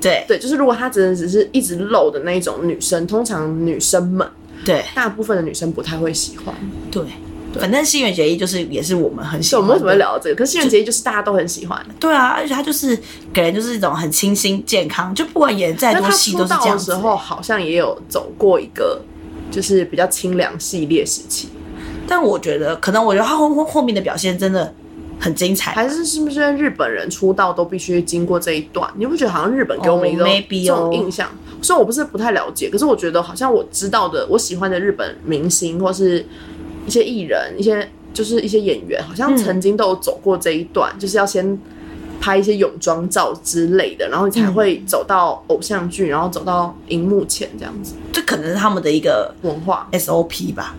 [SPEAKER 2] 对
[SPEAKER 1] 对，就是如果她真的只是一直露的那一种女生，通常女生们
[SPEAKER 2] 对
[SPEAKER 1] 大部分的女生不太会喜欢。
[SPEAKER 2] 对，反正心愿结衣就是也是我们很喜
[SPEAKER 1] 对，我
[SPEAKER 2] 欢
[SPEAKER 1] 们为什
[SPEAKER 2] 的。
[SPEAKER 1] 么会聊到这个？可是新人节就是大家都很喜欢。
[SPEAKER 2] 对啊，而且她就是给人就是一种很清新健康，就不管演再
[SPEAKER 1] 那
[SPEAKER 2] 多
[SPEAKER 1] 他
[SPEAKER 2] 戏
[SPEAKER 1] 出
[SPEAKER 2] 哎都是
[SPEAKER 1] 道
[SPEAKER 2] 这样
[SPEAKER 1] 的
[SPEAKER 2] 子
[SPEAKER 1] 时。候，好像也有走过一个就是比较清凉系列时期，
[SPEAKER 2] 但我觉得，可能我觉得她后后后面的表现真的很精彩。
[SPEAKER 1] 还是是不是因为日本人出道都必须经过这一段？你不觉得好像日本给我们一个
[SPEAKER 2] 哦，maybe
[SPEAKER 1] 这
[SPEAKER 2] 哦
[SPEAKER 1] 种印象？虽然我不是不太了解，可是我觉得好像我知道的，我喜欢的日本明星或是一些艺人、一些就是一些演员，好像
[SPEAKER 2] 嗯
[SPEAKER 1] 曾经都有走过这一段，就是要先。拍一些泳装照之类的，然后你
[SPEAKER 2] 嗯
[SPEAKER 1] 才会走到偶像剧，然后走到荧幕前这样子
[SPEAKER 2] 这可能是他们的一个
[SPEAKER 1] 文化。
[SPEAKER 2] SOP 吧，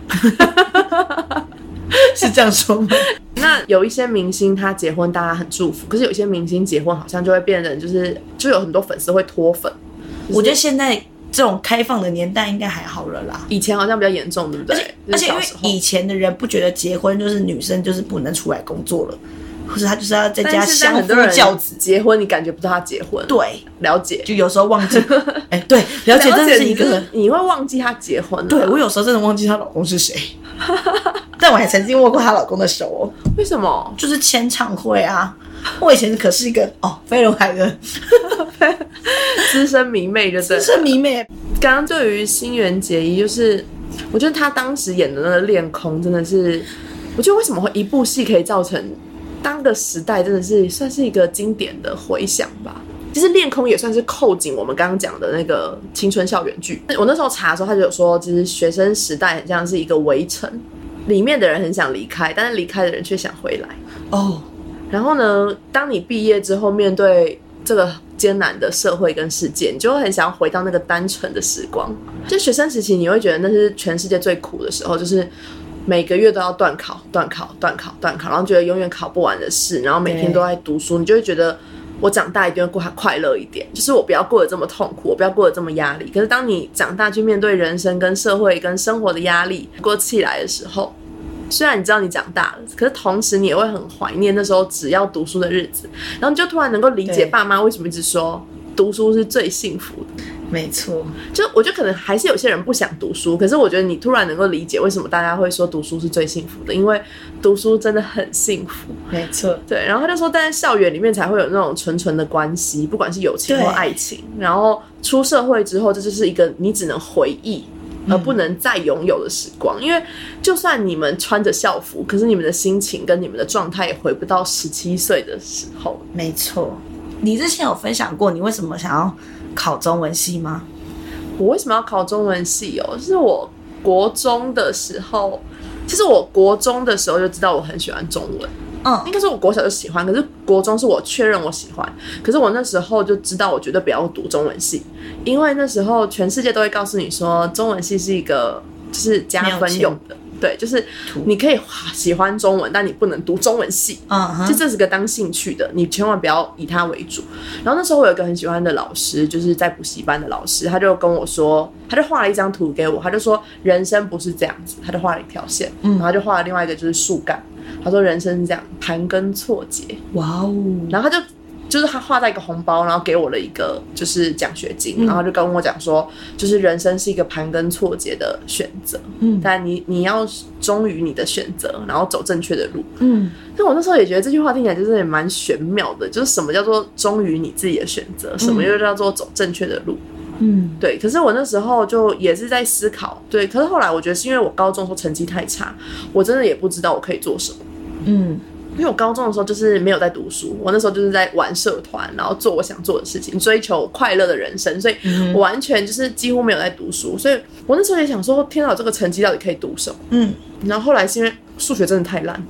[SPEAKER 2] 是这样说吗？
[SPEAKER 1] 那有一些明星他结婚，大家很祝福，可是有一些明星结婚好像就会变成就是就有很多粉丝会脱粉。
[SPEAKER 2] 我觉得现在这种开放的年代应该还好了啦。
[SPEAKER 1] 以前好像比较严重，对不
[SPEAKER 2] 而
[SPEAKER 1] 对就
[SPEAKER 2] 且？而
[SPEAKER 1] 是
[SPEAKER 2] 且因
[SPEAKER 1] 小
[SPEAKER 2] 为
[SPEAKER 1] 时候
[SPEAKER 2] 以前的人不觉得结婚就是女生就是不能出来工作了，或者她就是要在家
[SPEAKER 1] 但是现在
[SPEAKER 2] 相
[SPEAKER 1] 很
[SPEAKER 2] 夫
[SPEAKER 1] 多人
[SPEAKER 2] 教子。
[SPEAKER 1] 结婚，你感觉不到他结婚，
[SPEAKER 2] 对，
[SPEAKER 1] 了解。
[SPEAKER 2] 就有时候忘 记，哎、对，了解真的是一
[SPEAKER 1] 了
[SPEAKER 2] 个
[SPEAKER 1] 解，你会忘记他结婚了。啊
[SPEAKER 2] 对我有时候真的忘记她老公 是谁，但我还曾经握过她老公的手哦，
[SPEAKER 1] 为什 么？
[SPEAKER 2] 就是签唱会啊。我以前可是一个哦，飞轮海的
[SPEAKER 1] 资深迷妹就是
[SPEAKER 2] 是迷妹，
[SPEAKER 1] 刚刚对于新垣结衣，就是我觉得她当时演的那个《恋空》真的是，我觉得为什么会一部戏可以造成当个时代真的是算是一个经典的回响吧。其实《恋空》也算是扣紧我们刚刚讲的那个青春校园剧。我那时候查的时候，他就有说，其实学生时代很像是一个围城，里面的人很想离开，但是离开的人却想回来。
[SPEAKER 2] 哦，
[SPEAKER 1] 然后呢，当你毕业之后，面对这个艰难的社会跟世界，你就会很想回到那个单纯的时光。就学生时期，你会觉得那是全世界最苦的时候，就是每个月都要断考、断考、断考、断考，然后觉得永远考不完的事，然后每天
[SPEAKER 2] 对
[SPEAKER 1] 都在读书，你就会觉得。我长大一定会过快乐一点，就是我不要过得这么痛苦，我不要过得这么压力。可是当你长大去面对人生、跟社会、跟生活的压力过气来的时候，虽然你知道你长大了，可是同时你也会很怀念那时候只要读书的日子，然后你就突然能够理解
[SPEAKER 2] 对
[SPEAKER 1] 爸妈为什么一直说读书是最幸福的。
[SPEAKER 2] 没错，
[SPEAKER 1] 就我觉得可能还是有些人不想读书，可是我觉得你突然能够理解为什么大家会说读书是最幸福的，因为读书真的很幸福。
[SPEAKER 2] 没错，
[SPEAKER 1] 对，然后他就说，但是校园里面才会有那种纯纯的关系，不管是友情或
[SPEAKER 2] 对
[SPEAKER 1] 爱情。然后出社会之后，这就是一个你只能回忆，而不能再拥有的时光。因为就算你们穿着校服，可是你们的心情跟你们的状态也回不到十七岁的时候。
[SPEAKER 2] 没错。你之前有分享过你为什么想要考中文系吗？
[SPEAKER 1] 我为什么要考中文系哦？就是我国中的时候，其实我国中的时候就知道我很喜欢中文。
[SPEAKER 2] 嗯，
[SPEAKER 1] 应该是我国小就喜欢，可是国中是我确认我喜欢，可是我那时候就知道我绝对不要读中文系，因为那时候全世界都会告诉你说中文系是一个就是加分用的，对，就是
[SPEAKER 2] 图
[SPEAKER 1] 你可以喜欢中文，但你不能读中文系。
[SPEAKER 2] 嗯
[SPEAKER 1] 就
[SPEAKER 2] 哼，
[SPEAKER 1] 这是个当兴趣的，你千万不要以它为主。然后那时候我有一个很喜欢的老师，就是在补习班的老师，他就跟我说，他就画了一张图给我，他就说人生不是这样子，他就画了一条线，
[SPEAKER 2] 嗯
[SPEAKER 1] 然后他就画了另外一个就是树干，他说人生是这样盘根错节，
[SPEAKER 2] 哇哦，
[SPEAKER 1] 然后他就就是他画在一个红包，然后给我了一个就是奖学金，然后他就跟我讲说，就是人生是一个盘根错节的选择，
[SPEAKER 2] 嗯
[SPEAKER 1] 但你你要忠于你的选择，然后走正确的路。
[SPEAKER 2] 嗯，
[SPEAKER 1] 但我那时候也觉得这句话听起来就是也蛮玄妙的，就是什么叫做忠于你自己的选择，什么又叫做走正确的路。
[SPEAKER 2] 嗯，
[SPEAKER 1] 对，可是我那时候就也是在思考，对，可是后来我觉得是因为我高中的时候成绩太差，我真的也不知道我可以做什么。
[SPEAKER 2] 嗯，
[SPEAKER 1] 因为我高中的时候就是没有在读书，我那时候就是在玩社团，然后做我想做的事情，追求快乐的人生，所以我完全就是几乎没有在读书。所以我那时候也想说，天啊，我这个成绩到底可以读什么？
[SPEAKER 2] 嗯，
[SPEAKER 1] 然后后来是因为数学真的太烂，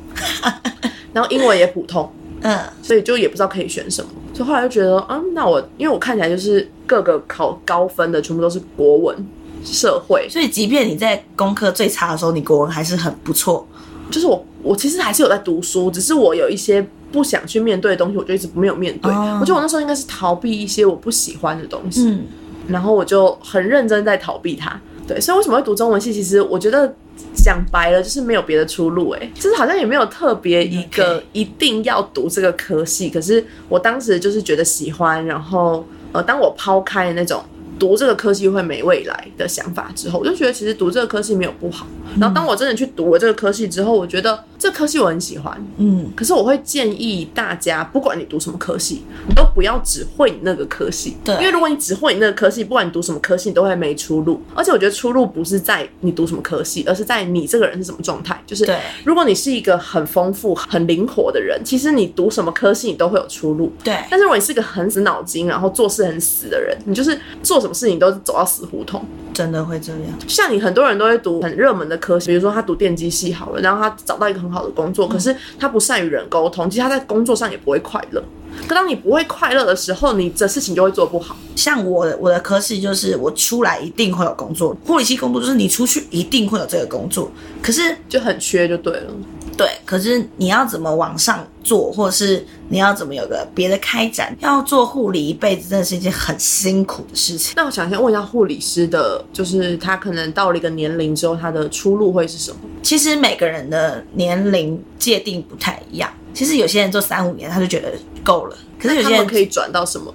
[SPEAKER 1] 然后英文也普通，
[SPEAKER 2] 嗯，
[SPEAKER 1] 所以就也不知道可以选什么。所以后来就觉得，嗯，那我因为我看起来就是各个考高分的全部都是国文、社会，
[SPEAKER 2] 所以即便你在功课最差的时候，你国文还是很不错。
[SPEAKER 1] 就是我我其实还是有在读书，只是我有一些不想去面对的东西，我就一直没有面对。
[SPEAKER 2] 哦
[SPEAKER 1] 我觉得我那时候应该是逃避一些我不喜欢的东西，
[SPEAKER 2] 嗯，
[SPEAKER 1] 然后我就很认真在逃避它。对，所以为什么会读中文系？其实我觉得讲白了就是没有别的出路、欸，就是好像也没有特别一个
[SPEAKER 2] OK
[SPEAKER 1] 一定要读这个科系。可是我当时就是觉得喜欢，然后呃，当我抛开那种读这个科系会没未来的想法之后，我就觉得其实读这个科系没有不好。然后当我真的去读了这个科系之后，我觉得这科系我很喜欢，
[SPEAKER 2] 嗯，
[SPEAKER 1] 可是我会建议大家，不管你读什么科系，你都不要只会你那个科系。
[SPEAKER 2] 对
[SPEAKER 1] 因为如果你只会你那个科系，不管你读什么科系，你都会没出路。而且我觉得出路不是在你读什么科系，而是在你这个人是什么状态。就是
[SPEAKER 2] 对
[SPEAKER 1] 如果你是一个很丰富、很灵活的人，其实你读什么科系你都会有出路。
[SPEAKER 2] 对，
[SPEAKER 1] 但是如果你是个很死脑筋，然后做事很死的人，你就是做什么事情都是走到死胡同。
[SPEAKER 2] 真的会这样。
[SPEAKER 1] 像你很多人都会读很热门的科系，比如说他读电机系好了，然后他找到一个很好的工
[SPEAKER 2] 嗯
[SPEAKER 1] 作，可是他不善于人沟通，其实他在工作上也不会快乐。可当你不会快乐的时候，你的事情就会做不好。
[SPEAKER 2] 像我的我的科系就是我出来一定会有工作，护理系工作就是你出去一定会有这个工作。可是
[SPEAKER 1] 就很缺就对了。
[SPEAKER 2] 对，可是你要怎么往上做，或者是你要怎么有个别的开展？要做护理一辈子，真的是一件很辛苦的事情。
[SPEAKER 1] 那我想先问一下护理师的，就是他可能到了一个年龄之后，他的出路会是什么？
[SPEAKER 2] 其实每个人的年龄界定不太一样，其实有些人做三五年他就觉得够了，可是有
[SPEAKER 1] 他
[SPEAKER 2] 些人
[SPEAKER 1] 们可以转到什么？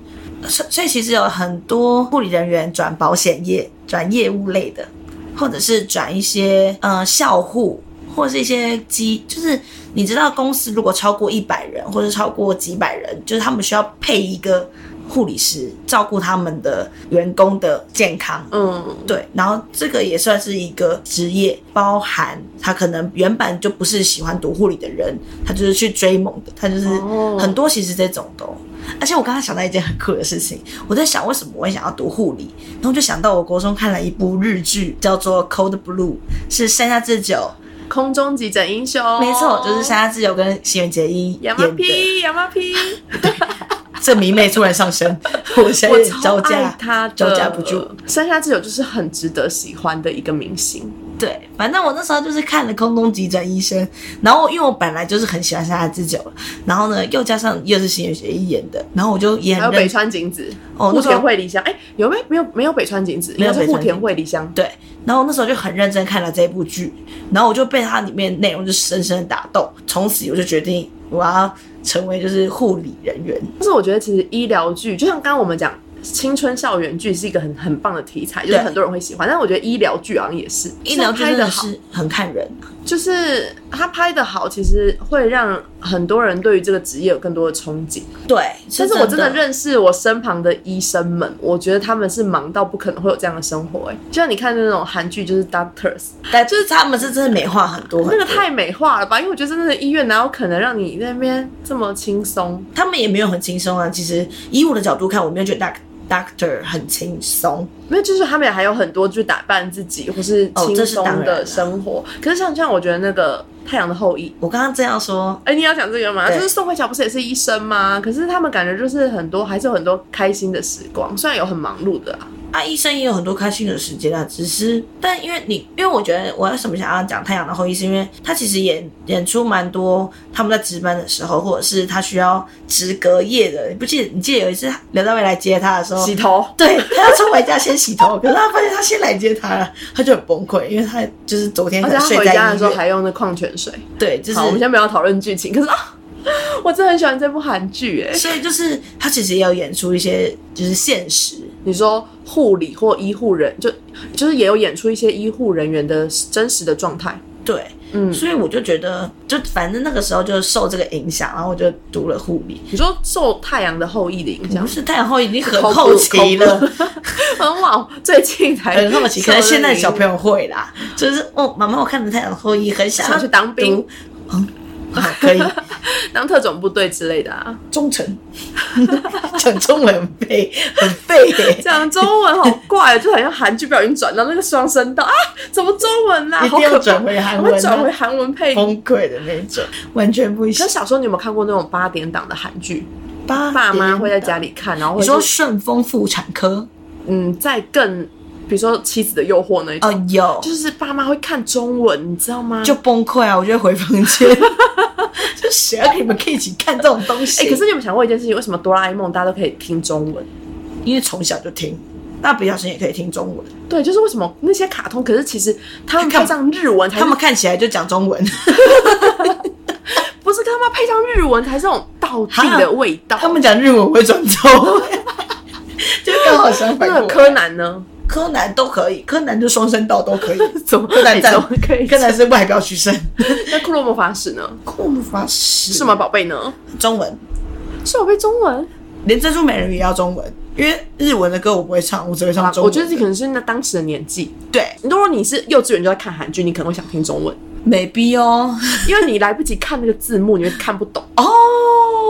[SPEAKER 2] 所所以其实有很多护理人员转保险业、转业务类的，或者是转一些呃校护，或者是一些机，就是你知道公司如果超过一百人或者超过几百人，就是他们需要配一个护理师照顾他们的员工的健康。
[SPEAKER 1] 嗯，
[SPEAKER 2] 对，然后这个也算是一个职业，包含他可能原本就不是喜欢读护理的人，他就是去追梦的，他就是
[SPEAKER 1] 哦
[SPEAKER 2] 很多其实这种都。哦而且我刚刚想到一件很酷的事情，我在想为什么我会想要读护理，然后就想到我国中看了一部日剧叫做《Cold Blue》，是山下智久，
[SPEAKER 1] 空中急诊英雄，
[SPEAKER 2] 没错，就是山下智久跟新垣结衣演
[SPEAKER 1] 亚哦麻
[SPEAKER 2] 的。
[SPEAKER 1] 皮，亚麻 皮，
[SPEAKER 2] 这迷妹突然 上身，我现在
[SPEAKER 1] 我
[SPEAKER 2] 有点
[SPEAKER 1] 超
[SPEAKER 2] 招
[SPEAKER 1] 爱
[SPEAKER 2] 架，
[SPEAKER 1] 他的，
[SPEAKER 2] 招架不住。。
[SPEAKER 1] 山下智久就是很值得喜欢的一个明星，
[SPEAKER 2] 对，反正我那时候就是看了《空中急诊医生》，然后因为我本来就是很喜欢山下智久了，然后呢又加上又是新垣结衣演的，然后我就也
[SPEAKER 1] 还
[SPEAKER 2] 很
[SPEAKER 1] 有
[SPEAKER 2] 认
[SPEAKER 1] 北川景子、
[SPEAKER 2] 哦
[SPEAKER 1] 户
[SPEAKER 2] 那时候
[SPEAKER 1] 田惠梨香。哎、有没有没有没有北川景子？应
[SPEAKER 2] 没有
[SPEAKER 1] 该是
[SPEAKER 2] 北川
[SPEAKER 1] 户田
[SPEAKER 2] 景
[SPEAKER 1] 惠梨香。
[SPEAKER 2] 对，然后那时候就很认真看了这部剧，然后我就被它里面内容就深深的打动，从此我就决定我要成为就是护理人员。
[SPEAKER 1] 但是我觉得其实医疗剧，就像刚刚我们讲。青春校园剧是一个很很棒的题材，就是
[SPEAKER 2] 对
[SPEAKER 1] 很多人会喜欢。但是我觉得医疗剧好像也是，
[SPEAKER 2] 医疗剧
[SPEAKER 1] 拍
[SPEAKER 2] 真
[SPEAKER 1] 的
[SPEAKER 2] 的
[SPEAKER 1] 好，
[SPEAKER 2] 是很看人，
[SPEAKER 1] 就是他拍的好，其实会让很多人对于这个职业有更多的憧憬。
[SPEAKER 2] 对，
[SPEAKER 1] 但是我真的
[SPEAKER 2] 的
[SPEAKER 1] 认识我身旁的医生们，我觉得他们是忙到不可能会有这样的生活、哎，就像你看那种韩剧，就是 Doctors，
[SPEAKER 2] 但就是他们是真的美化很多很
[SPEAKER 1] 那
[SPEAKER 2] 多
[SPEAKER 1] 个太美化了吧？因为我觉得真的医院哪有可能让你那边这么轻松？
[SPEAKER 2] 他们也没有很轻松啊。其实以我的角度看，我没有觉得 doc- doctor 很轻松，
[SPEAKER 1] 没有，就是他们也还有很多就是打扮自己或是
[SPEAKER 2] 哦
[SPEAKER 1] 轻
[SPEAKER 2] 这是当
[SPEAKER 1] 松
[SPEAKER 2] 然
[SPEAKER 1] 的
[SPEAKER 2] 啦
[SPEAKER 1] 生活。可是像像我觉得那个《太阳的后裔》。
[SPEAKER 2] 我刚刚这样说，
[SPEAKER 1] 哎、你要讲这个吗？
[SPEAKER 2] 对
[SPEAKER 1] 就是宋慧乔不是也是医生吗？可是他们感觉就是很多，还是有很多开心的时光，虽然有很忙碌的啊。
[SPEAKER 2] 啊，医生也有很多开心的时间啊，只是，但因为你，因为我觉得我为什么想要讲《太阳的后裔》，是因为他其实演演出蛮多他们在值班的时候，或者是他需要值隔夜的。你不记得？你记得有一次刘大卫来接他的时候，
[SPEAKER 1] 洗头，
[SPEAKER 2] 对他要冲回家先洗头，可是他发现他先来接他了，他就很崩溃，因为他就是昨天
[SPEAKER 1] 而
[SPEAKER 2] 可
[SPEAKER 1] 且
[SPEAKER 2] 能
[SPEAKER 1] 他
[SPEAKER 2] 睡
[SPEAKER 1] 回
[SPEAKER 2] 在
[SPEAKER 1] 家的
[SPEAKER 2] 医
[SPEAKER 1] 时候
[SPEAKER 2] 院，
[SPEAKER 1] 还用那矿泉水。
[SPEAKER 2] 对，就是
[SPEAKER 1] 好，我们先不要讨论剧情，可是 啊，我真的很喜欢这部韩剧哎。
[SPEAKER 2] 所以就是他其实也有演出一些就是现实，
[SPEAKER 1] 你说护理或医护人，就就是也有演出一些医护人员的真实的状态。
[SPEAKER 2] 对，
[SPEAKER 1] 嗯，
[SPEAKER 2] 所以我就觉得，就反正那个时候就受这个影响，然后我就读了护理。
[SPEAKER 1] 你说受《太阳的后裔》的影响
[SPEAKER 2] 不，是太阳后已经很
[SPEAKER 1] 恐怖
[SPEAKER 2] 哦 后期了，哎
[SPEAKER 1] 很晚最近才
[SPEAKER 2] 很后期。可能现在的小朋
[SPEAKER 1] 友
[SPEAKER 2] 友会啦，就是哦，妈妈，我看着太阳后裔很想
[SPEAKER 1] 想要去当兵
[SPEAKER 2] 读，嗯，好，可以
[SPEAKER 1] 当特种部队之类的啊，
[SPEAKER 2] 忠 诚，讲中文很背，很 背耶。
[SPEAKER 1] 讲中文好怪，就好像韩剧不小心转到那个双声道啊，怎么中文啦、啊？
[SPEAKER 2] 一定要转回韩
[SPEAKER 1] 我会
[SPEAKER 2] 文
[SPEAKER 1] 转回
[SPEAKER 2] 啊，
[SPEAKER 1] 韩文配音。
[SPEAKER 2] 崩溃的那种，完全不
[SPEAKER 1] 可
[SPEAKER 2] 行
[SPEAKER 1] 是。小时候你有没有看过那种八点档的韩剧？
[SPEAKER 2] 爸
[SPEAKER 1] 爸妈会在家，里看，然后
[SPEAKER 2] 你
[SPEAKER 1] 会
[SPEAKER 2] 说
[SPEAKER 1] 去
[SPEAKER 2] 顺丰妇产科
[SPEAKER 1] 嗯，再更比如说《妻子的诱惑》那一种，
[SPEAKER 2] 哦，有
[SPEAKER 1] 就是爸妈会看中文，你知道吗？
[SPEAKER 2] 就崩溃啊！我就回房间， 就谁要跟你们可以一起看这种东西？
[SPEAKER 1] 哎、可是你有没有想过一件事情？为什么哆啦 A 梦大家都可以听中文？
[SPEAKER 2] 因为从小就听，那比较生也可以听中文，
[SPEAKER 1] 对，就是为什么那些卡通，可是其实他们配上日文才是，
[SPEAKER 2] 他们看起来就讲中文，
[SPEAKER 1] 不是他们配上日文才是那种道地的味道。
[SPEAKER 2] 他们讲日文我会转头， 就刚好相反
[SPEAKER 1] 那个
[SPEAKER 2] 过来。
[SPEAKER 1] 柯南 呢？
[SPEAKER 2] 柯南都可以，柯南就双声道都可以，
[SPEAKER 1] 怎么
[SPEAKER 2] 柯
[SPEAKER 1] 哎
[SPEAKER 2] 南
[SPEAKER 1] 怎
[SPEAKER 2] 在
[SPEAKER 1] 么可以？
[SPEAKER 2] 柯南是外表取胜。
[SPEAKER 1] 那库洛魔法使呢？
[SPEAKER 2] 库姆法师
[SPEAKER 1] 数码？宝贝呢？
[SPEAKER 2] 中文，
[SPEAKER 1] 数码宝贝中文？
[SPEAKER 2] 连珍珠美人鱼也要中文，因为日文的歌我不会唱，我只会唱中文。
[SPEAKER 1] 我觉得这可能是那当时的年纪。
[SPEAKER 2] 对，
[SPEAKER 1] 如果你是幼稚园就在看韩剧，你可能会想听中文，
[SPEAKER 2] 美逼哦。
[SPEAKER 1] 因为你来不及看那个字幕，你会看不懂。
[SPEAKER 2] 哦，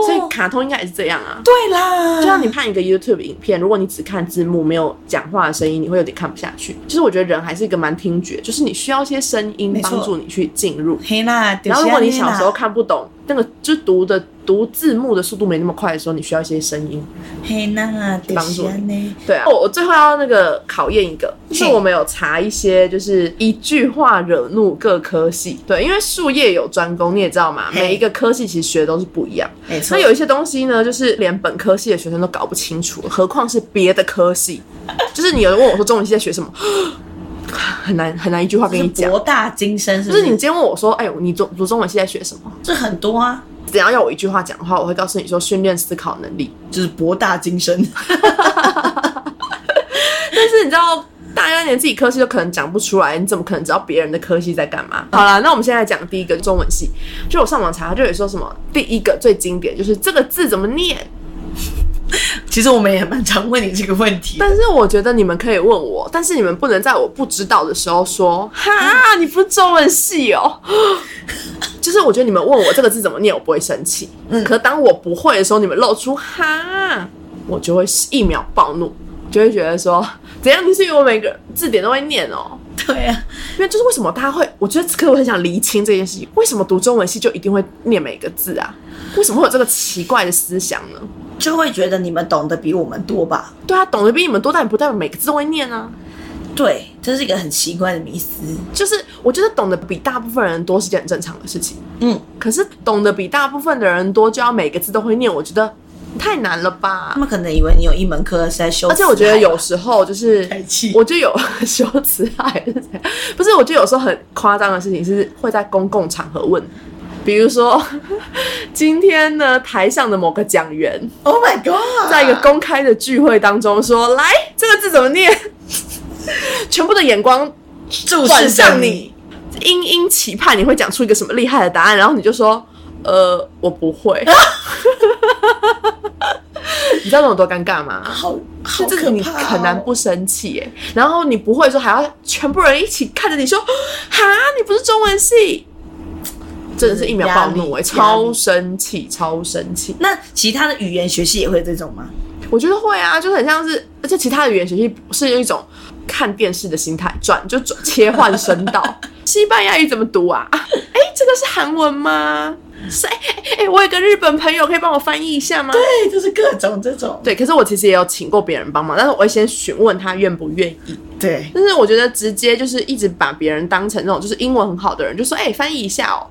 [SPEAKER 1] 所以卡通应该也是这样啊。
[SPEAKER 2] 对啦，
[SPEAKER 1] 就像你看一个 YouTube 影片，如果你只看字幕没有讲话的声音，你会有点看不下去。就是我觉得人还是一个蛮听觉，就是你需要一些声音
[SPEAKER 2] 没错
[SPEAKER 1] 帮助你去进入。
[SPEAKER 2] 黑啦，啊
[SPEAKER 1] 然后如果你小时候看不懂那个就是读的读字幕的速度没那么快的时候，你需要一些声音。
[SPEAKER 2] 嘿，那就是安尼，
[SPEAKER 1] 对啊，我我最后要那个考验一个，就是
[SPEAKER 2] 嘿
[SPEAKER 1] 我们有查一些，就是一句话惹怒各科系。对，因为术业有专攻，你也知道嘛，
[SPEAKER 2] 嘿
[SPEAKER 1] 每一个科系其实学的都是不一样。
[SPEAKER 2] 没错
[SPEAKER 1] 那。有一些东西呢，就是连本科系的学生都搞不清楚，何况是别的科系。就是你有人问我说中文系在学什么， 很难很难一句话跟你
[SPEAKER 2] 就是
[SPEAKER 1] 讲。
[SPEAKER 2] 博大精深，
[SPEAKER 1] 就
[SPEAKER 2] 是不
[SPEAKER 1] 是
[SPEAKER 2] 是？
[SPEAKER 1] 你今天问我说，哎、你中读中文系在学什么？
[SPEAKER 2] 这很多啊，
[SPEAKER 1] 只要要我一句话讲的话，我会告诉你说训练思考能力。
[SPEAKER 2] 就是博大精深。
[SPEAKER 1] 但是你知道，大家连自己科系都可能讲不出来，你怎么可能知道别人的科系在干嘛？好啦，那我们现在讲第一个中文系，就我上网查，就有说什么第一个最经典就是这个字怎么念。
[SPEAKER 2] 其实我们也蛮常问你这个问 题，
[SPEAKER 1] 但是我觉得你们可以问我，但是你们不能在我不知道的时候说哈，你不是中文系哦。 就是我觉得你们问我这个字怎么念，我不会生气。
[SPEAKER 2] 嗯
[SPEAKER 1] 可当我不会的时候，你们露出哈，我就会一秒暴怒，就会觉得说怎样？你是以为我每个字典都会念哦？
[SPEAKER 2] 对啊，
[SPEAKER 1] 因为就是为什么大家会，我觉得，可是我很想厘清这件事情，为什么读中文系就一定会念每个字啊？为什么会有这个奇怪的思想呢？
[SPEAKER 2] 就会觉得你们懂得比我们多吧？
[SPEAKER 1] 对啊，懂得比你们多，但不代表每个字都会念啊。
[SPEAKER 2] 对，这是一个很奇怪的迷思。
[SPEAKER 1] 就是我觉得懂得比大部分人多是件很正常的事情，
[SPEAKER 2] 嗯，
[SPEAKER 1] 可是懂得比大部分的人多，就要每个字都会念，我觉得太难了吧
[SPEAKER 2] 他。们可能以为你有一门课是在修辞海
[SPEAKER 1] 而
[SPEAKER 2] 吧，
[SPEAKER 1] 且我觉得有时候就是
[SPEAKER 2] 太气，
[SPEAKER 1] 我就有羞耻爱，不是，我觉得有时候很夸张的事情是会在公共场合问，比如说 今天呢，台上的某个讲员
[SPEAKER 2] Oh my God，
[SPEAKER 1] 在一个公开的聚会当中说：“来，这个字怎么念？” 全部的眼光
[SPEAKER 2] 注
[SPEAKER 1] 转
[SPEAKER 2] 视
[SPEAKER 1] 向
[SPEAKER 2] 向
[SPEAKER 1] 你
[SPEAKER 2] 你，，
[SPEAKER 1] 殷殷期盼你会讲出一个什么厉害的答案，然后你就说，呃，我不会。你知道那有多尴尬吗？
[SPEAKER 2] 好好
[SPEAKER 1] 这
[SPEAKER 2] 可
[SPEAKER 1] 个你
[SPEAKER 2] 怕哦，
[SPEAKER 1] 很难不生气耶。然后你不会说，还要全部人一起看着你说，哈，你不是中文系，真的是一秒暴怒哎，
[SPEAKER 2] 压力压力
[SPEAKER 1] 超生气，超生气。
[SPEAKER 2] 那其他的语言学系也会有这种吗？
[SPEAKER 1] 我觉得会啊，就是很像是，而且其他的语言学习是一种看电视的心态转，就转切换声 道。西班牙语怎么读啊？啊，哎、这个是韩文吗？是哎哎、哎我有个日本朋友可以帮我翻译一下吗？对
[SPEAKER 2] 对，就是各种这种，
[SPEAKER 1] 可是我其实也有请过别人帮忙，但是我会先询问他愿不愿意。
[SPEAKER 2] 对，
[SPEAKER 1] 但是我觉得直接就是一直把别人当成那种就是英文很好的人，就说哎、翻译一下哦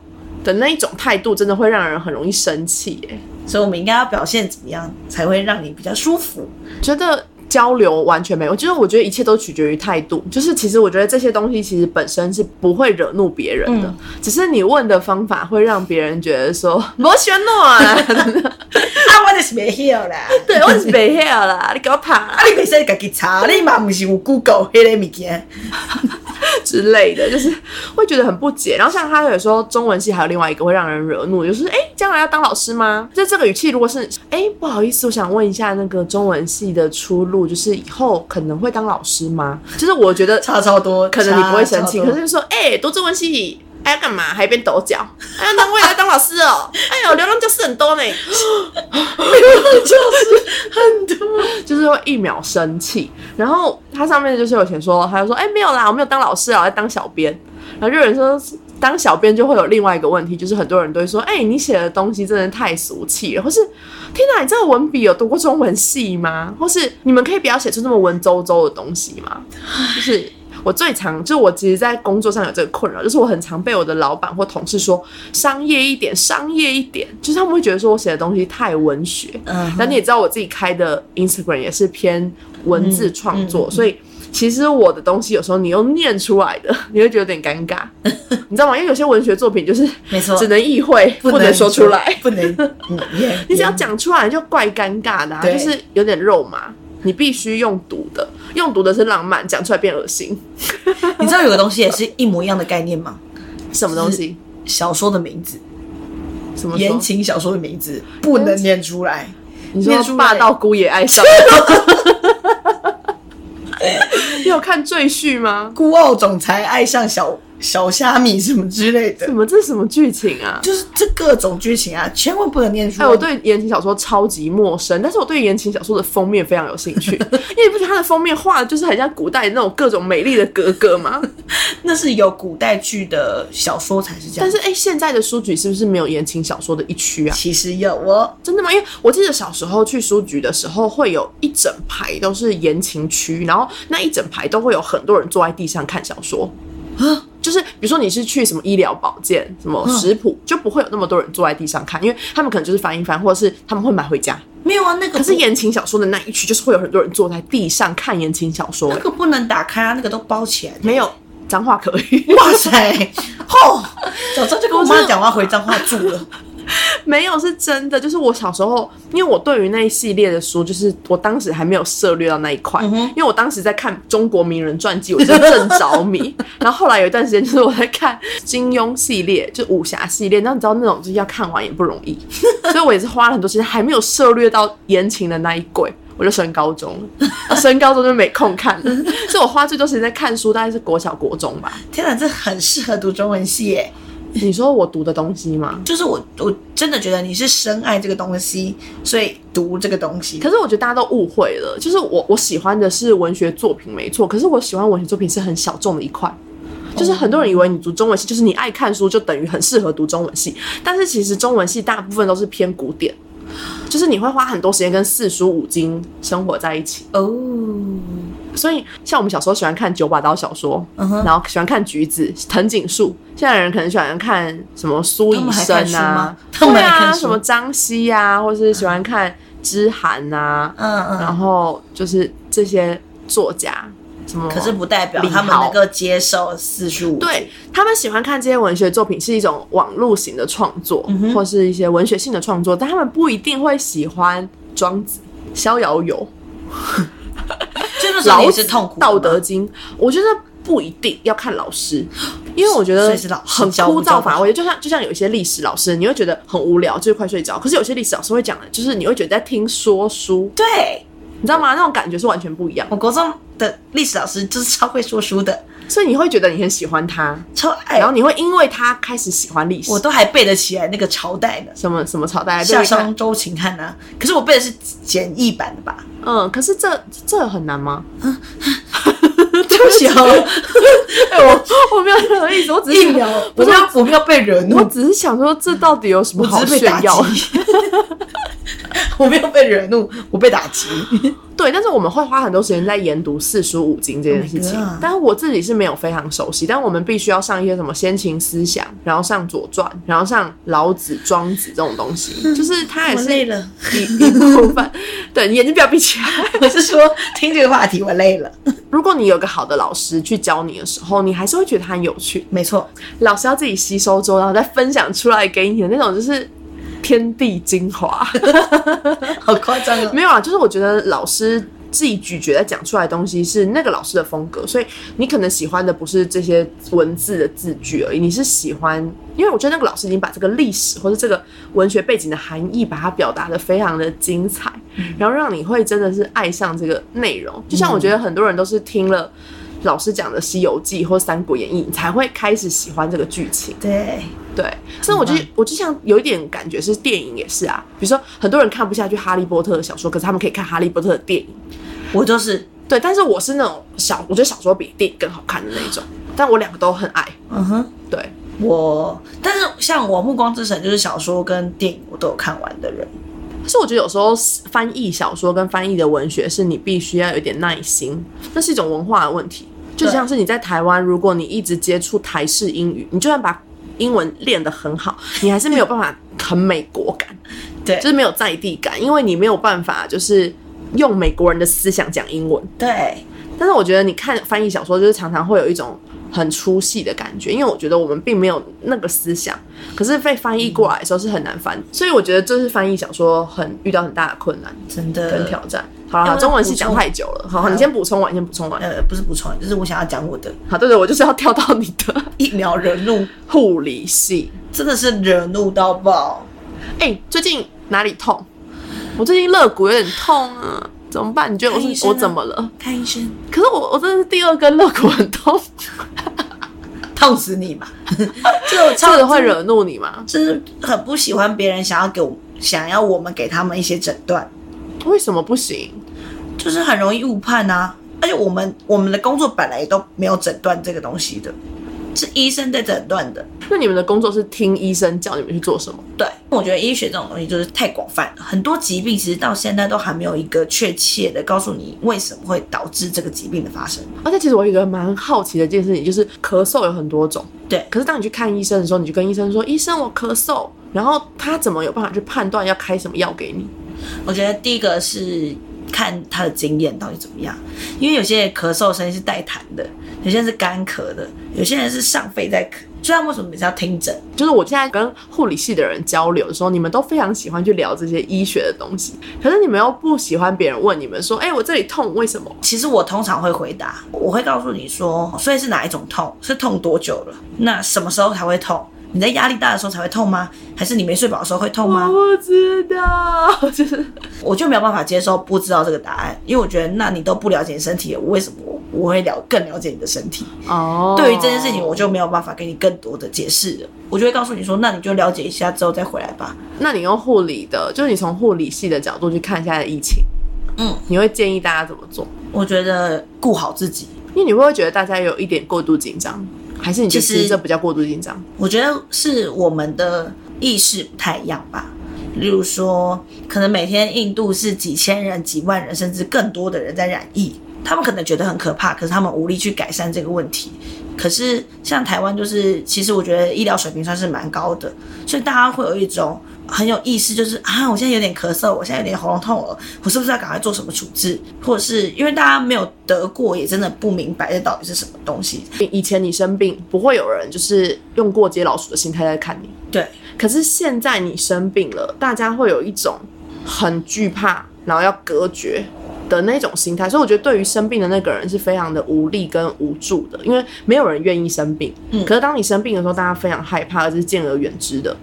[SPEAKER 1] 的那一种态度，真的会让人很容易生气、哎。
[SPEAKER 2] 所以我们应该要表现怎么样才会让你比较舒服？
[SPEAKER 1] 觉得交流完全没有，就是我觉得一切都取决于态度。就是其实我觉得这些东西其实本身是不会惹怒别人的，
[SPEAKER 2] 嗯
[SPEAKER 1] 只是你问的方法会让别人觉得说“我喜欢弄啊
[SPEAKER 2] 啊，我就是没 heal 啦，”， 对
[SPEAKER 1] 对我是北黑啦，你给我爬
[SPEAKER 2] 啊，你袂使家己查，你嘛毋是有 Google 迄个物件，
[SPEAKER 1] 之类的，就是会觉得很不解。然后像他有时候中文系还有另外一个会让人惹怒，就是哎，诶将来要当老师吗？就这个语气，如果是哎不好意思，我想问一下那个中文系的出路，就是以后可能会当老师吗？就是我觉得
[SPEAKER 2] 差超多，
[SPEAKER 1] 可能你不会生气，
[SPEAKER 2] 差超
[SPEAKER 1] 可是就
[SPEAKER 2] 多
[SPEAKER 1] 说，哎、读中文系，哎要干嘛？还一边抖 脚，哎呀，那未来当老师哦，哎呦，流浪教师很 多呢，
[SPEAKER 2] 就是很多，
[SPEAKER 1] 就是会一秒生气。然后他上面就是有写说，他就说，哎、没有啦，我没有当老师啊，我在当小编。然后就有人说。当小编就会有另外一个问题，就是很多人都会说：“哎、你写的东西真的太俗气了，或是天哪，你这个文笔有读过中文系吗？或是你们可以不要写出那么文绉绉的东西吗？”就是我最常，就是我其实，在工作上有这个困扰，就是我很常被我的老板或同事说商业一点，商业一点，就是他们会觉得说我写的东西太文学。
[SPEAKER 2] 嗯
[SPEAKER 1] 但你也知道，我自己开的 Instagram 也是偏文字创作，
[SPEAKER 2] 嗯嗯
[SPEAKER 1] 所以其实我的东西有时候你又念出来的，你会觉得有点尴 尬，你知道吗？因为有些文学作品就是
[SPEAKER 2] 没错
[SPEAKER 1] 只能意会，不能说出来。，
[SPEAKER 2] 不能， 嗯也
[SPEAKER 1] 你只要讲出来就怪尴尬的、啊，
[SPEAKER 2] 对
[SPEAKER 1] 就是有点肉麻。你必须用读的，用读的是浪漫，讲出来变恶心。
[SPEAKER 2] 你知道有个东西也是一模一样的概念吗？
[SPEAKER 1] 什么东西？
[SPEAKER 2] 小说的名字，
[SPEAKER 1] 什么说
[SPEAKER 2] 言？情小说的名字不能念出来，
[SPEAKER 1] 你
[SPEAKER 2] 念
[SPEAKER 1] 说
[SPEAKER 2] 出
[SPEAKER 1] 霸
[SPEAKER 2] 来
[SPEAKER 1] 道姑也爱 上？你有看《赘婿》吗？
[SPEAKER 2] 孤傲总裁爱上小小虾米什么之类的
[SPEAKER 1] 怎，么这是什么剧情啊？
[SPEAKER 2] 就是这各种剧情啊，千万不能念书。
[SPEAKER 1] 哎、我对言情小说超级陌生，但是我对言情小说的封面非常有兴 趣，因为你不觉得它的封面画的就是很像古代那种各种美丽的格格吗？
[SPEAKER 2] 那是有古代剧的小说才是这样，
[SPEAKER 1] 但是哎、现在的书局是不是没有言情小说的一区啊？
[SPEAKER 2] 其实有哦，
[SPEAKER 1] 真的吗？因为我记得小时候去书局的时候，会有一整排都是言情区，然后那一整排都会有很多人坐在地上看小说。
[SPEAKER 2] 啊
[SPEAKER 1] 就是比如说你是去什么医疗保健、什么
[SPEAKER 2] 嗯
[SPEAKER 1] 食谱，就不会有那么多人坐在地上看，因为他们可能就是翻一翻，或者是他们会买回家。
[SPEAKER 2] 没有啊，那个
[SPEAKER 1] 可是
[SPEAKER 2] 不
[SPEAKER 1] 言情小说的那一区，就是会有很多人坐在地上看言情小说、
[SPEAKER 2] 那个不能打开啊，那个都包起来的。
[SPEAKER 1] 没有脏话可以，
[SPEAKER 2] 哇塞， 吼！早知道就跟我妈讲，我要回彰化住了。
[SPEAKER 1] 没有是真的，就是我小时候，因为我对于那一系列的书，就是我当时还没有涉略到那一块，因为我当时在看《中国名人传记》，我真的正着迷。 然后后来有一段时间，就是我在看金庸系列，就武侠系列，那你知道那种就是要看完也不容易，所以我也是花了很多时间，还没有涉略到言情的那一轨。我就升高中了， 升高中就没空看了，所以我花最多时间在看书，大概是国小、国中吧。
[SPEAKER 2] 天哪，这很适合读中文系耶！
[SPEAKER 1] 你说我读的东西吗？
[SPEAKER 2] 就是我，我真的觉得你是深爱这个东西，所以读这个东西。
[SPEAKER 1] 可是我觉得大家都误会了，就是我我喜欢的是文学作品没错，可是我喜欢文学作品是很小众的一块。就是很多人以为你读中文系，就是你爱看书就等于很适合读中文系，但是其实中文系大部分都是偏古典，就是你会花很多时间跟四书五经生活在一起。
[SPEAKER 2] 哦，
[SPEAKER 1] 所以像我们小时候喜欢看九把刀小说，
[SPEAKER 2] 嗯哼，
[SPEAKER 1] 然后喜欢看橘子、藤井树，现在人可能喜欢看什么苏
[SPEAKER 2] 他
[SPEAKER 1] 以
[SPEAKER 2] 们还看
[SPEAKER 1] 生
[SPEAKER 2] 书
[SPEAKER 1] 啊
[SPEAKER 2] 吗，他们
[SPEAKER 1] 对
[SPEAKER 2] 还看
[SPEAKER 1] 啊，
[SPEAKER 2] 书
[SPEAKER 1] 什么张希啊，或是喜欢看知涵啊，
[SPEAKER 2] 嗯嗯。
[SPEAKER 1] 然后就是这些作家什么，
[SPEAKER 2] 可是不代表
[SPEAKER 1] 李
[SPEAKER 2] 他们
[SPEAKER 1] 敖
[SPEAKER 2] 能够接受四十五。
[SPEAKER 1] 对他们喜欢看这些文学作品是一种网络型的创作，
[SPEAKER 2] 嗯哼
[SPEAKER 1] 或是一些文学性的创作，但他们不一定会喜欢庄子、逍遥游、
[SPEAKER 2] 就那时候
[SPEAKER 1] 老
[SPEAKER 2] 你
[SPEAKER 1] 子
[SPEAKER 2] 是痛苦的吗
[SPEAKER 1] 道德经，我觉得。不一定要看老师，因为我觉
[SPEAKER 2] 所
[SPEAKER 1] 得
[SPEAKER 2] 以是老师
[SPEAKER 1] 很
[SPEAKER 2] 教不
[SPEAKER 1] 枯燥
[SPEAKER 2] 教不
[SPEAKER 1] 乏
[SPEAKER 2] 好
[SPEAKER 1] 味。就像就像有一些历史老师，你会觉得很无聊，就是快睡着。可是有些历史老师会讲的，就是你会觉得在听说书，
[SPEAKER 2] 对，
[SPEAKER 1] 你知道吗？那种感觉是完全不一样的。
[SPEAKER 2] 我国中的历史老师就是超会说书的，
[SPEAKER 1] 所以你会觉得你很喜欢他，
[SPEAKER 2] 超爱。
[SPEAKER 1] 然后你会因为他开始喜欢历史，
[SPEAKER 2] 哎我都还背得起来那个朝代呢，
[SPEAKER 1] 什么什么朝代
[SPEAKER 2] 夏
[SPEAKER 1] 对对对
[SPEAKER 2] 商周秦汉啊。可是我背的是简易版的吧？
[SPEAKER 1] 嗯，可是这这很难吗？
[SPEAKER 2] 对不起哦，
[SPEAKER 1] 哎、 我我没有任何意思，我只
[SPEAKER 2] 疫
[SPEAKER 1] 是
[SPEAKER 2] 苗，
[SPEAKER 1] 不
[SPEAKER 2] 我
[SPEAKER 1] 是
[SPEAKER 2] 没有，我没有被惹 怒
[SPEAKER 1] 我，只是想说这到底有什么
[SPEAKER 2] 我
[SPEAKER 1] 好
[SPEAKER 2] 只是被
[SPEAKER 1] 炫
[SPEAKER 2] 打击
[SPEAKER 1] 耀？。
[SPEAKER 2] 我没有被惹怒，我被打击。
[SPEAKER 1] 对，但是我们会花很多时间在研读四书五经这件事情
[SPEAKER 2] Oh my god
[SPEAKER 1] 但是我自己是没有非常熟悉，但我们必须要上一些什么先秦思想，然后上《左传》，然后上老子、庄子这种东 西，就是它也
[SPEAKER 2] 我
[SPEAKER 1] 是
[SPEAKER 2] 累了
[SPEAKER 1] 一 一部分。对，你眼睛不要闭起来。
[SPEAKER 2] 我是说，听这个话题我累了。
[SPEAKER 1] 如果你有个好的老师去教你的时候，你还是会觉得他很有趣。
[SPEAKER 2] 没 错，
[SPEAKER 1] 老师要自己吸收之后，然后再分享出来给你的那种，就是天地精华。
[SPEAKER 2] 好夸张哦。
[SPEAKER 1] 没有啊，就是我觉得老师自己咀嚼在讲出来的东西是那个老师的风格，所以你可能喜欢的不是这些文字的字句而已，你是喜欢，因为我觉得那个老师已经把这个历史或是这个文学背景的含义，把它表达的非常的精彩，然后让你会真的是爱上这个内容。就像我觉得很多人都是听了。老师讲的《西游记》或《三国演义》，你才会开始喜欢这个剧情。
[SPEAKER 2] 对，
[SPEAKER 1] 对，所以我就
[SPEAKER 2] 很
[SPEAKER 1] 我就像有一点感觉是电影也是啊，比如说很多人看不下去《哈利波特》的小说，可是他们可以看《哈利波特》的电影。
[SPEAKER 2] 我就是，
[SPEAKER 1] 对，但是我是那种小，我觉得小说比电影更好看的那一种，但我两个都很爱。
[SPEAKER 2] 嗯哼，
[SPEAKER 1] 对，
[SPEAKER 2] 我。但是像我《暮光之城》就是小说跟电影我都有看完的人，
[SPEAKER 1] 可是我觉得有时候翻译小说跟翻译的文学是你必须要有点耐心，那是一种文化的问题。就
[SPEAKER 2] 对
[SPEAKER 1] 像是你在台湾，如果你一直接触台式英语，你就算把英文练得很好，你还是没有办法很美国感。
[SPEAKER 2] 对
[SPEAKER 1] 就是没有在地感，因为你没有办法就是用美国人的思想讲英文。
[SPEAKER 2] 对，
[SPEAKER 1] 但是我觉得你看翻译小说，就是常常会有一种很出戏的感觉，因为我觉得我们并没有那个思想，可是被翻译过来的时候是很难翻，所以我觉得这是翻译小说很遇到很大的困难
[SPEAKER 2] 真的
[SPEAKER 1] 跟挑战。好
[SPEAKER 2] 要
[SPEAKER 1] 啦，
[SPEAKER 2] 不要
[SPEAKER 1] 中文系
[SPEAKER 2] 啊补充
[SPEAKER 1] 讲太久了，好，好你先补充完，你先补充完。
[SPEAKER 2] 呃，不是补充，就是我想要讲我的
[SPEAKER 1] 好，对对，我就是要跳到你的
[SPEAKER 2] 疫苗惹怒，
[SPEAKER 1] 护理系。
[SPEAKER 2] 真的是惹怒到爆。
[SPEAKER 1] 哎、最近哪里痛？我最近肋骨有点痛啊，怎么办？你觉得我
[SPEAKER 2] 看医
[SPEAKER 1] 是
[SPEAKER 2] 生啊
[SPEAKER 1] 我怎么了？
[SPEAKER 2] 看医生，
[SPEAKER 1] 可是我我真的是第二根肋骨很痛，
[SPEAKER 2] 痛死 你嘛！就
[SPEAKER 1] 这个会惹怒你吗？
[SPEAKER 2] 就是很不喜欢别人想要给我想要我们给他们一些诊断，
[SPEAKER 1] 为什么不行？
[SPEAKER 2] 就是很容易误判啊。而且我们我们的工作本来都没有诊断这个东西的，是医生在诊断的。
[SPEAKER 1] 那你们的工作是听医生叫你们去做什么？
[SPEAKER 2] 对，我觉得医学这种东西就是太广泛了，很多疾病其实到现在都还没有一个确切的告诉你为什么会导致这个疾病的发生。
[SPEAKER 1] 而且其实我有一个蛮好奇的一件事情，就是咳嗽有很多种。
[SPEAKER 2] 对
[SPEAKER 1] 可是当你去看医生的时候，你就跟医生说：“医生，我咳嗽。”然后他怎么有办法去判断要开什么药给你？
[SPEAKER 2] 我觉得第一个是看他的经验到底怎么样，因为有些人咳嗽声音是带痰的，有些人是干咳的，有些人是上肺在咳。所以他为什么每次要听诊？
[SPEAKER 1] 就是我现在跟护理系的人交流的时候，你们都非常喜欢去聊这些医学的东西，可是你们又不喜欢别人问你们说：“哎、我这里痛，为什么
[SPEAKER 2] 其实我通常会回答，我会告诉你说，所以是哪一种痛，是痛多久了，那什么时候才会痛？你在压力大的时候才会痛吗？还是你没睡饱的时候会？”痛吗？
[SPEAKER 1] 我不知道，就是
[SPEAKER 2] 我就没有办法接受不知道这个答案，因为我觉得那你都不了解你身体，我为什么我我会了更了解你的身体？
[SPEAKER 1] 哦
[SPEAKER 2] 对于这件事情，我就没有办法给你更多的解释了。我就会告诉你说，那你就了解一下之后再回来吧。
[SPEAKER 1] 那你用护理的，就是你从护理系的角度去看现在的疫情，
[SPEAKER 2] 嗯，
[SPEAKER 1] 你会建议大家怎么做？
[SPEAKER 2] 我觉得顾好自己，
[SPEAKER 1] 因为你会不会觉得大家有一点过度紧张，还是你觉得
[SPEAKER 2] 其
[SPEAKER 1] 其
[SPEAKER 2] 实
[SPEAKER 1] 实这不叫过度紧张？
[SPEAKER 2] 我觉得是我们的意识不太一样吧。例如说，可能每天印度是几千人、几万人，甚至更多的人在染疫，他们可能觉得很可怕，可是他们无力去改善这个问题。可是像台湾，就是其实我觉得医疗水平算是蛮高的，所以大家会有一种很有意识，就是啊，我现在有点咳嗽，我现在有点喉咙痛了，我是不是要赶快做什么处置？或者是因为大家没有得过，也真的不明白这到底是什么东西。
[SPEAKER 1] 以前你生病不会有人就是用过街老鼠的心态在看你，
[SPEAKER 2] 对，
[SPEAKER 1] 可是现在你生病了，大家会有一种很惧怕，然后要隔绝。的那种心态，所以我觉得对于生病的那个人是非常的无力跟无助的，因为没有人愿意生病。
[SPEAKER 2] 嗯
[SPEAKER 1] 可是当你生病的时候，大家非常害怕，而且是敬而远之的。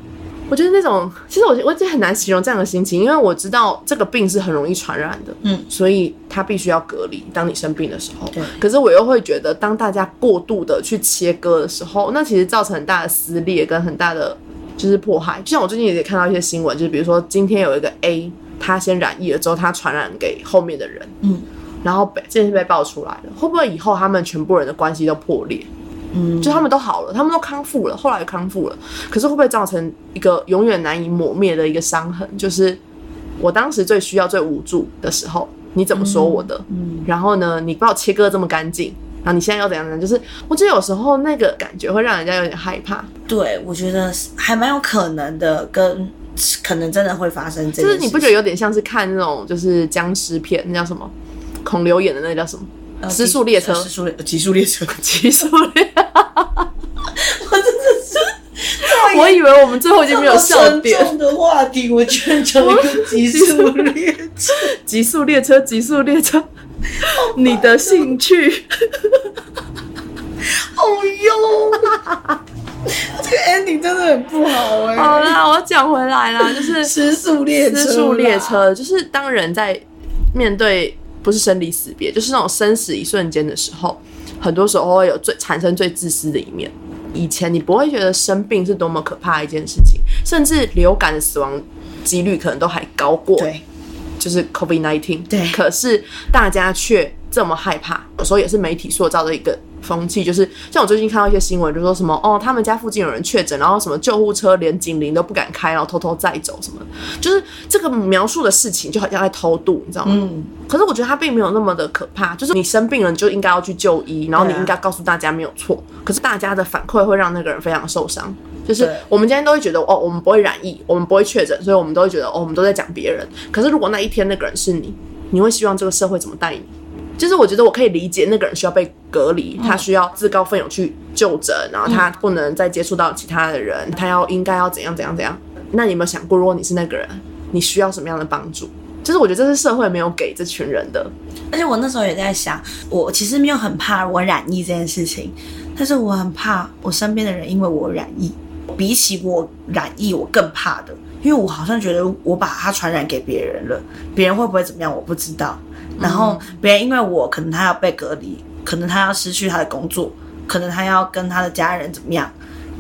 [SPEAKER 1] 我觉得那种，其实我我真的很难形容这样的心情，因为我知道这个病是很容易传染的，
[SPEAKER 2] 嗯，
[SPEAKER 1] 所以他必须要隔离。当你生病的时候
[SPEAKER 2] 对，
[SPEAKER 1] 可是我又会觉得，当大家过度的去切割的时候，那其实造成很大的撕裂跟很大的就是迫害。就像我最近也看到一些新闻，就是比如说今天有一个 A，他先染疫了之后，他传染给后面的人，
[SPEAKER 2] 嗯，
[SPEAKER 1] 然后被这件事被爆出来了，会不会以后他们全部人的关系都破裂？
[SPEAKER 2] 嗯
[SPEAKER 1] 就他们都好了，他们都康复了，后来又康复了，可是会不会造成一个永远难以抹灭的一个伤痕？就是我当时最需要、最无助的时候，你怎么说我的？
[SPEAKER 2] 嗯。
[SPEAKER 1] 然后呢，你把我切割这么干净，然后你现在要怎样怎样？就是我觉得有时候那个感觉会让人家有点害怕，
[SPEAKER 2] 对，我觉得是还蛮有可能的，跟可能真的会发生这
[SPEAKER 1] 就
[SPEAKER 2] 件
[SPEAKER 1] 是
[SPEAKER 2] 事情。
[SPEAKER 1] 你不觉得有点像是看那种就是僵尸片，那叫什么？孔刘演的那个叫什么？
[SPEAKER 2] 呃
[SPEAKER 1] 时速列车
[SPEAKER 2] 呃时速列极速列车，
[SPEAKER 1] 极速列
[SPEAKER 2] 我真的是
[SPEAKER 1] 车。我以为我们最后已经没有笑点
[SPEAKER 2] 这么。沉重的话题，我居然讲一个极速列车，
[SPEAKER 1] 极速列车，极速列 车，你的兴趣。
[SPEAKER 2] 哦哟， 这个 ending 真的很不 好哎、
[SPEAKER 1] 好啦，我讲回来啦，就是
[SPEAKER 2] 时速列车，
[SPEAKER 1] 私速列，车，就是当人在面对不是生离死别，就是那种生死一瞬间的时候，很多时候会有最产生最自私的一面。以前你不会觉得生病是多么可怕的一件事情，甚至流感的死亡几率可能都还高过
[SPEAKER 2] 对，
[SPEAKER 1] 就是 COVID nineteen，
[SPEAKER 2] 对
[SPEAKER 1] 可是大家却这么害怕，有时候也是媒体塑造的一个风气，就是像我最近看到一些新闻，就说什么哦，他们家附近有人确诊，然后什么救护车连警铃都不敢开，然后偷偷载走什么的，就是这个描述的事情就好像在偷渡，你知道吗？
[SPEAKER 2] 嗯，
[SPEAKER 1] 可是我觉得它并没有那么的可怕，就是你生病了你就应该要去就医，然后你
[SPEAKER 2] 对啊
[SPEAKER 1] 应该告诉大家没有错。可是大家的反馈会让那个人非常受伤。就是
[SPEAKER 2] 对
[SPEAKER 1] 我们今天都会觉得哦，我们不会染疫，我们不会确诊，所以我们都会觉得哦，我们都在讲别人。可是如果那一天那个人是你，你会希望这个社会怎么待你？就是我觉得我可以理解那个人需要被隔离，他需要自告奋勇去就诊，然后他不能再接触到其他的人，他要应该要怎样怎样怎样。那你有没有想过，如果你是那个人，你需要什么样的帮助？就是我觉得这是社会没有给这群人的，
[SPEAKER 2] 而且我那时候也在想，我其实没有很怕我染疫这件事情，但是我很怕我身边的人因为我染疫。比起我染疫，我更怕的，因为我好像觉得我把它传染给别人了，别人会不会怎么样我不知道。然后别人因为我，可能他要被隔离，可能他要失去他的工作，可能他要跟他的家人怎么样，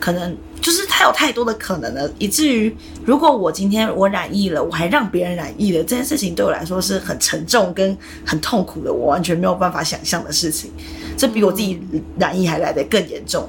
[SPEAKER 2] 可能就是他有太多的可能了，以至于如果我今天我染疫了，我还让别人染疫了，这件事情对我来说是很沉重跟很痛苦的，我完全没有办法想象的事情，这比我自己染疫还来得更严重。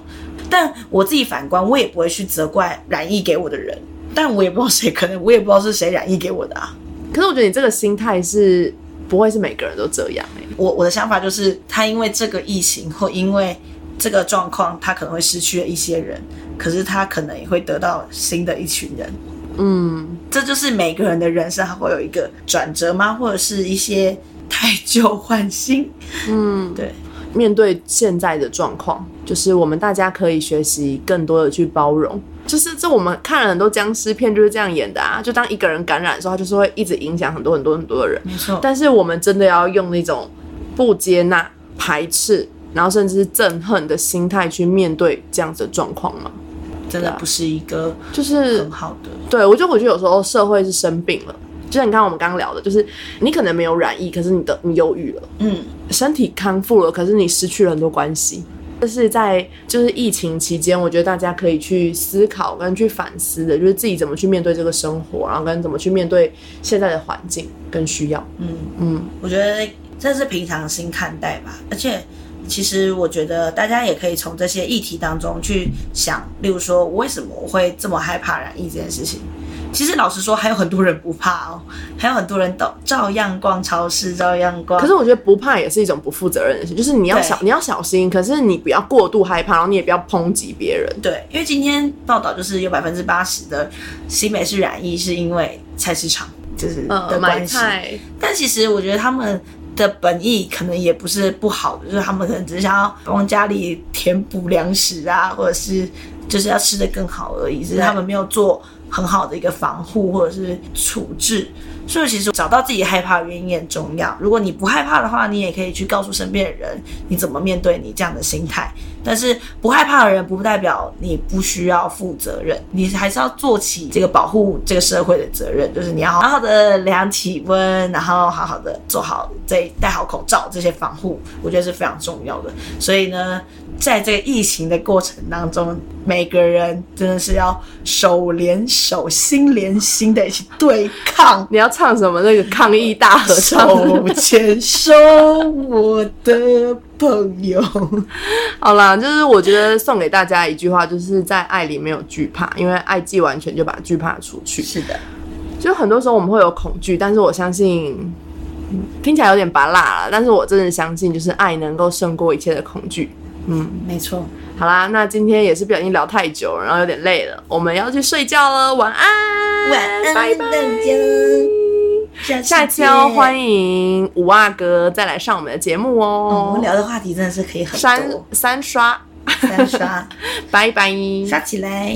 [SPEAKER 2] 但我自己反观，我也不会去责怪染疫给我的人，但我也不知道谁，可能我也不知道是谁染疫给我的啊。
[SPEAKER 1] 可是我觉得你这个心态是不会是每个人都这样哎、
[SPEAKER 2] 我我的想法就是，他因为这个疫情或因为这个状况，他可能会失去了一些人，可是他可能也会得到新的一群人。
[SPEAKER 1] 嗯，
[SPEAKER 2] 这就是每个人的人生，他会有一个转折吗？或者是一些太旧换新？
[SPEAKER 1] 嗯，
[SPEAKER 2] 对，
[SPEAKER 1] 面对现在的状况，就是我们大家可以学习更多的去包容。就是这，我们看了很多僵尸片就是这样演的啊。就当一个人感染的时候，他就是会一直影响很多很多很多的人。
[SPEAKER 2] 没错。
[SPEAKER 1] 但是我们真的要用那种不接纳、排斥，然后甚至是憎恨的心态去面对这样子的状况吗？
[SPEAKER 2] 真的不是一个
[SPEAKER 1] 就是
[SPEAKER 2] 很好的。
[SPEAKER 1] 对我就我觉得有时候社会是生病了，就像你看我们刚刚聊的，就是你可能没有染疫，可是你的你忧郁了。
[SPEAKER 2] 嗯，
[SPEAKER 1] 身体康复了，可是你失去了很多关系。这是在就是疫情期间，我觉得大家可以去思考跟去反思的，就是自己怎么去面对这个生活，然后跟怎么去面对现在的环境跟需要。
[SPEAKER 2] 嗯。
[SPEAKER 1] 嗯
[SPEAKER 2] 我觉得这是平常心看待吧。而且，其实我觉得大家也可以从这些议题当中去想，例如说，我为什么我会这么害怕染疫这件事情？其实老实说，还有很多人不怕哦，还有很多人都照样逛超市，照样逛。
[SPEAKER 1] 可是我觉得不怕也是一种不负责任的事，就是你要小你要小心，可是你不要过度害怕，然后你也不要抨击别人。。
[SPEAKER 2] 对，因为今天报道就是有百分之八十的新北市染疫是因为菜市场就是的关系，但其实我觉得他们的本意可能也不是不好的，就是他们可能只是想要帮家里填补粮食啊，或者是就是要吃的更好而已，只是他们没有做很好的一个防护或者是处置。所以其实找到自己害怕的原因也很重要。如果你不害怕的话，你也可以去告诉身边的人你怎么面对你这样的心态。但是不害怕的人，不代表你不需要负责任，你还是要做起这个保护这个社会的责任，就是你要好好的量体温，然后好好的做好这戴好口罩这些防护，我觉得是非常重要的。所以呢，在这个疫情的过程当中，每个人真的是要手连手、心连心的一起对抗
[SPEAKER 1] 你要唱什么那个抗议大合唱？
[SPEAKER 2] 手牵手，我的朋友。
[SPEAKER 1] 好啦，就是我觉得送给大家一句话，就是在爱里没有惧怕，因为爱既完全就把惧怕除去。
[SPEAKER 2] 是的，
[SPEAKER 1] 就很多时候我们会有恐惧，但是我相信，嗯听起来有点拔辣了，但是我真的相信，就是爱能够胜过一切的恐惧。嗯，
[SPEAKER 2] 没错。
[SPEAKER 1] 好啦，那今天也是不小心聊太久，然后有点累了，我们要去睡觉了，晚安，
[SPEAKER 2] 晚安，
[SPEAKER 1] 拜
[SPEAKER 2] 大
[SPEAKER 1] 拜。
[SPEAKER 2] 家。
[SPEAKER 1] 下期要哦欢迎五阿哥再来上我们的节目
[SPEAKER 2] 我
[SPEAKER 1] 哦
[SPEAKER 2] 们。聊的话题真的是可以很
[SPEAKER 1] 三
[SPEAKER 2] 多，
[SPEAKER 1] 三刷，
[SPEAKER 2] 三刷
[SPEAKER 1] 拜拜。
[SPEAKER 2] 刷起来。